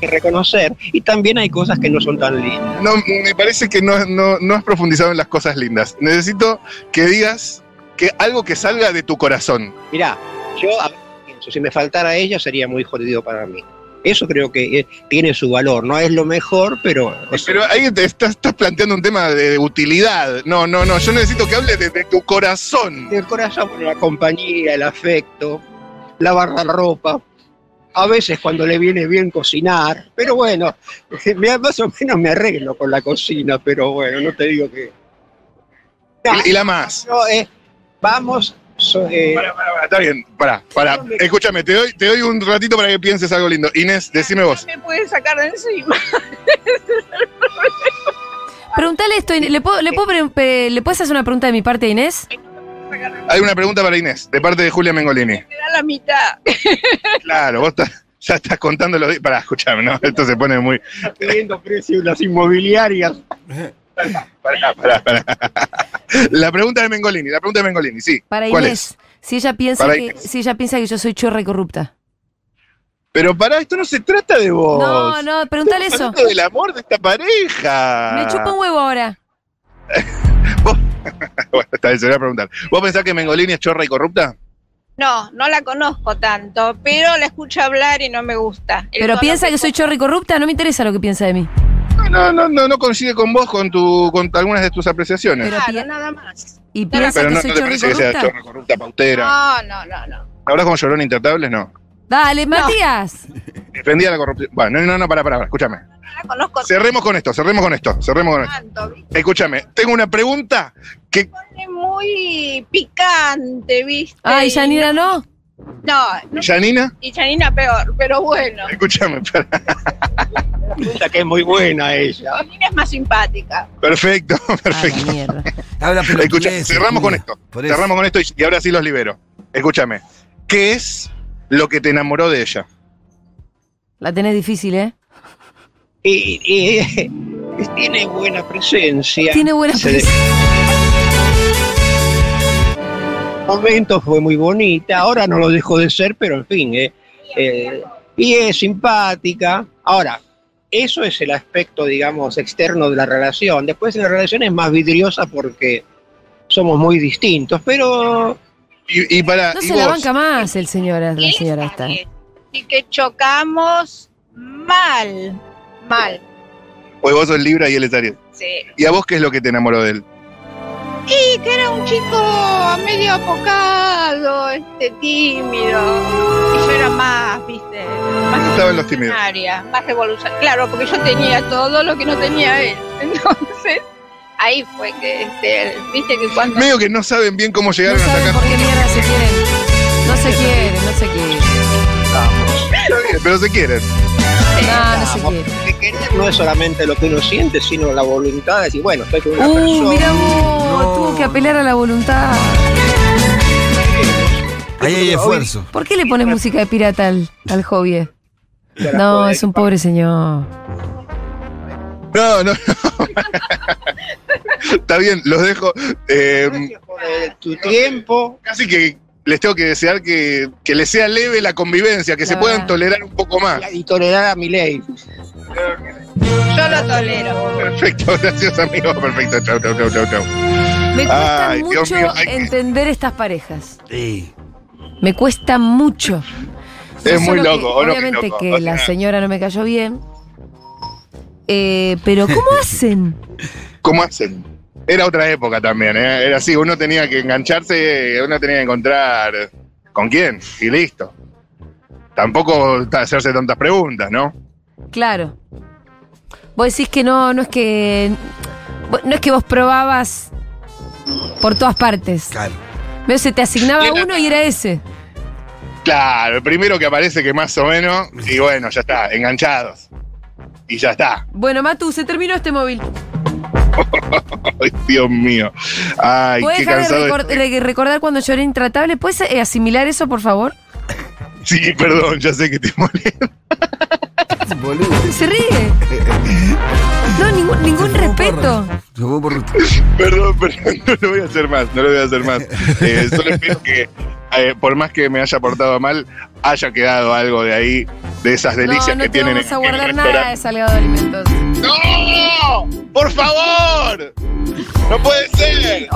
que reconocer. Y también hay cosas que no son tan lindas. No, me parece que no, no- no has profundizado en las cosas lindas. Necesito que digas que algo que salga de tu corazón. Mirá, yo a ver, pienso, si me faltara ella sería muy jodido para mí. Eso creo que eh, tiene su valor. No es lo mejor, pero... o sea, Pero ahí te estás, estás planteando un tema de utilidad. No, no, no. Yo necesito que hables de, de tu corazón. el corazón, bueno, la compañía, el afecto, lavar la ropa. A veces cuando le viene bien cocinar. Pero bueno, me- más o menos me arreglo con la cocina, pero bueno, no te digo que... Y, y la más. No, eh, vamos... so- eh, Pará, pará, pará, está bien. Pará, pará. Escúchame, te doy, te doy un ratito para que pienses algo lindo. Inés, decime vos. Me pueden sacar de encima. Preguntale esto, Inés. ¿le puedo, le puedo pre- pre- le puedes hacer una pregunta de mi parte, Inés? Hay una pregunta para Inés, de parte de Julia Mengolini. Me da la mitad. Claro, vos estás- ya estás contando los días. Pará, escúchame, ¿no? Esto se pone muy. Pidiendo precios las inmobiliarias. Pará, pará, pará. La pregunta de Mengolini, la pregunta de Mengolini, sí. Para ¿Cuál Inés, es? si ella piensa Para que, Inés. si ella piensa que yo soy chorra y corrupta. Pero pará, esto no se trata de vos. No, no, pregúntale eso. Hablando Oh, del amor de Ah. esta pareja. Me chupa un huevo ahora. Bueno, está bien, se lo voy a preguntar. ¿Vos pensás que Mengolini es chorra y corrupta? No, no la conozco tanto, pero la escucho hablar y no me gusta. El Pero tono piensa que soy chorra y corrupta, no me interesa lo que piensa de mí. No, no, no, no, no coincide con vos con tu con algunas de tus apreciaciones. Pero pi- nada más. y piensa Pero que no, soy Ah. no te chorra y parece que sea corrupta. chorra corrupta pautera. No, no, no, no. ¿Hablas con llorón intratables? No. Dale, Matías. Defendía la corrupción. Bueno, no, no, no, pará, pará, pará, escúchame. Cerremos con esto, cerremos con esto, cerremos con esto. Escúchame, tengo una pregunta que Es muy picante, ¿viste? Ay, Yanira, no. No, no. Yanina, Y Janina peor, pero bueno. escúchame, pará. Resulta que es muy buena ella. Janina es más simpática. Perfecto, perfecto. Habla Escucha, pelotudeces, cerramos con mira, esto. por eso. Cerramos con esto y, y ahora sí los libero. Escúchame. ¿Qué es lo que te enamoró de ella? La tenés difícil, ¿eh? Y, y- tiene buena presencia. Tiene buena Se de- Momento fue muy bonita, ahora no lo dejó de ser, pero en fin. eh, eh, y es simpática. Ahora, eso es el aspecto, digamos, externo de la relación. Después la relación es más vidriosa porque somos muy distintos, pero... Y, para... No se la banca más el señor, la señora esta. Así que chocamos mal. Mal. Pues vos sos Libra y él es Aries. Sí. ¿Y a vos qué es lo que te enamoró de él? Y que era un chico medio apocado, este tímido. Y yo era más, viste, más Estaban los tímidos. revolucionaria, más revolucionaria. Claro, porque yo tenía todo lo que no tenía él. Entonces, ahí fue que, este, viste que cuando... Medio que no saben bien cómo llegaron hasta acá. ¿Saben por qué mierda se quieren? No se quieren, no se quieren. Está bien, Pero se quieren. No, no se quieren. No es solamente lo que uno siente, sino la voluntad de decir, bueno, estoy con una Uh, persona. mira vos, tuvo que apelar a la voluntad. Ahí hay esfuerzo. ¿Por qué le pones música de pirata al, al hobby? No, es un pobre señor. No, no, no. Está bien, los dejo. Eh, tu tiempo. Casi que les tengo que desear que, que les sea leve la convivencia, que se puedan tolerar un poco más. Y tolerar a mi ley. Yo lo tolero. Perfecto, gracias amigos. Perfecto, chau, chau, chau, chau, chau. Me cuesta Ay, Dios mucho mío, hay que- entender estas parejas. Sí. Me cuesta mucho. No Es muy solo que- loco, ¿o no? Qué obviamente loco, que o la sea. señora no me cayó bien. Eh, pero ¿cómo hacen? ¿Cómo hacen? Era otra época también, ¿eh? Era así, uno tenía que engancharse, uno tenía que encontrar con quién y listo. Tampoco ta- hacerse tantas preguntas, ¿no? Claro. Vos decís que no, no es que. No es que vos probabas por todas partes. Claro. Medio se te asignaba uno y era ese. Claro, el primero que aparece que más o menos, y bueno, ya está, enganchados. Y ya está. Bueno, Matu, se terminó este móvil. Ay, Dios mío. Ay, ¿Puedes qué dejar de, cansado. recor- estoy. de recordar cuando yo era intratable? ¿Puedes eh, asimilar eso, por favor? Sí, perdón, ya sé que te molesta. Se ríe. No, ningún, ningún respeto. Perdón, pero no lo voy a hacer más, no lo voy a hacer más. Eh, solo espero que, eh, por más que me haya portado mal, haya quedado algo de ahí, de esas delicias no, no que te tienen vamos a en- en guardar el nada de restaurante. salgado de alimentos. ¡No! ¡Por favor! ¡No puede ser!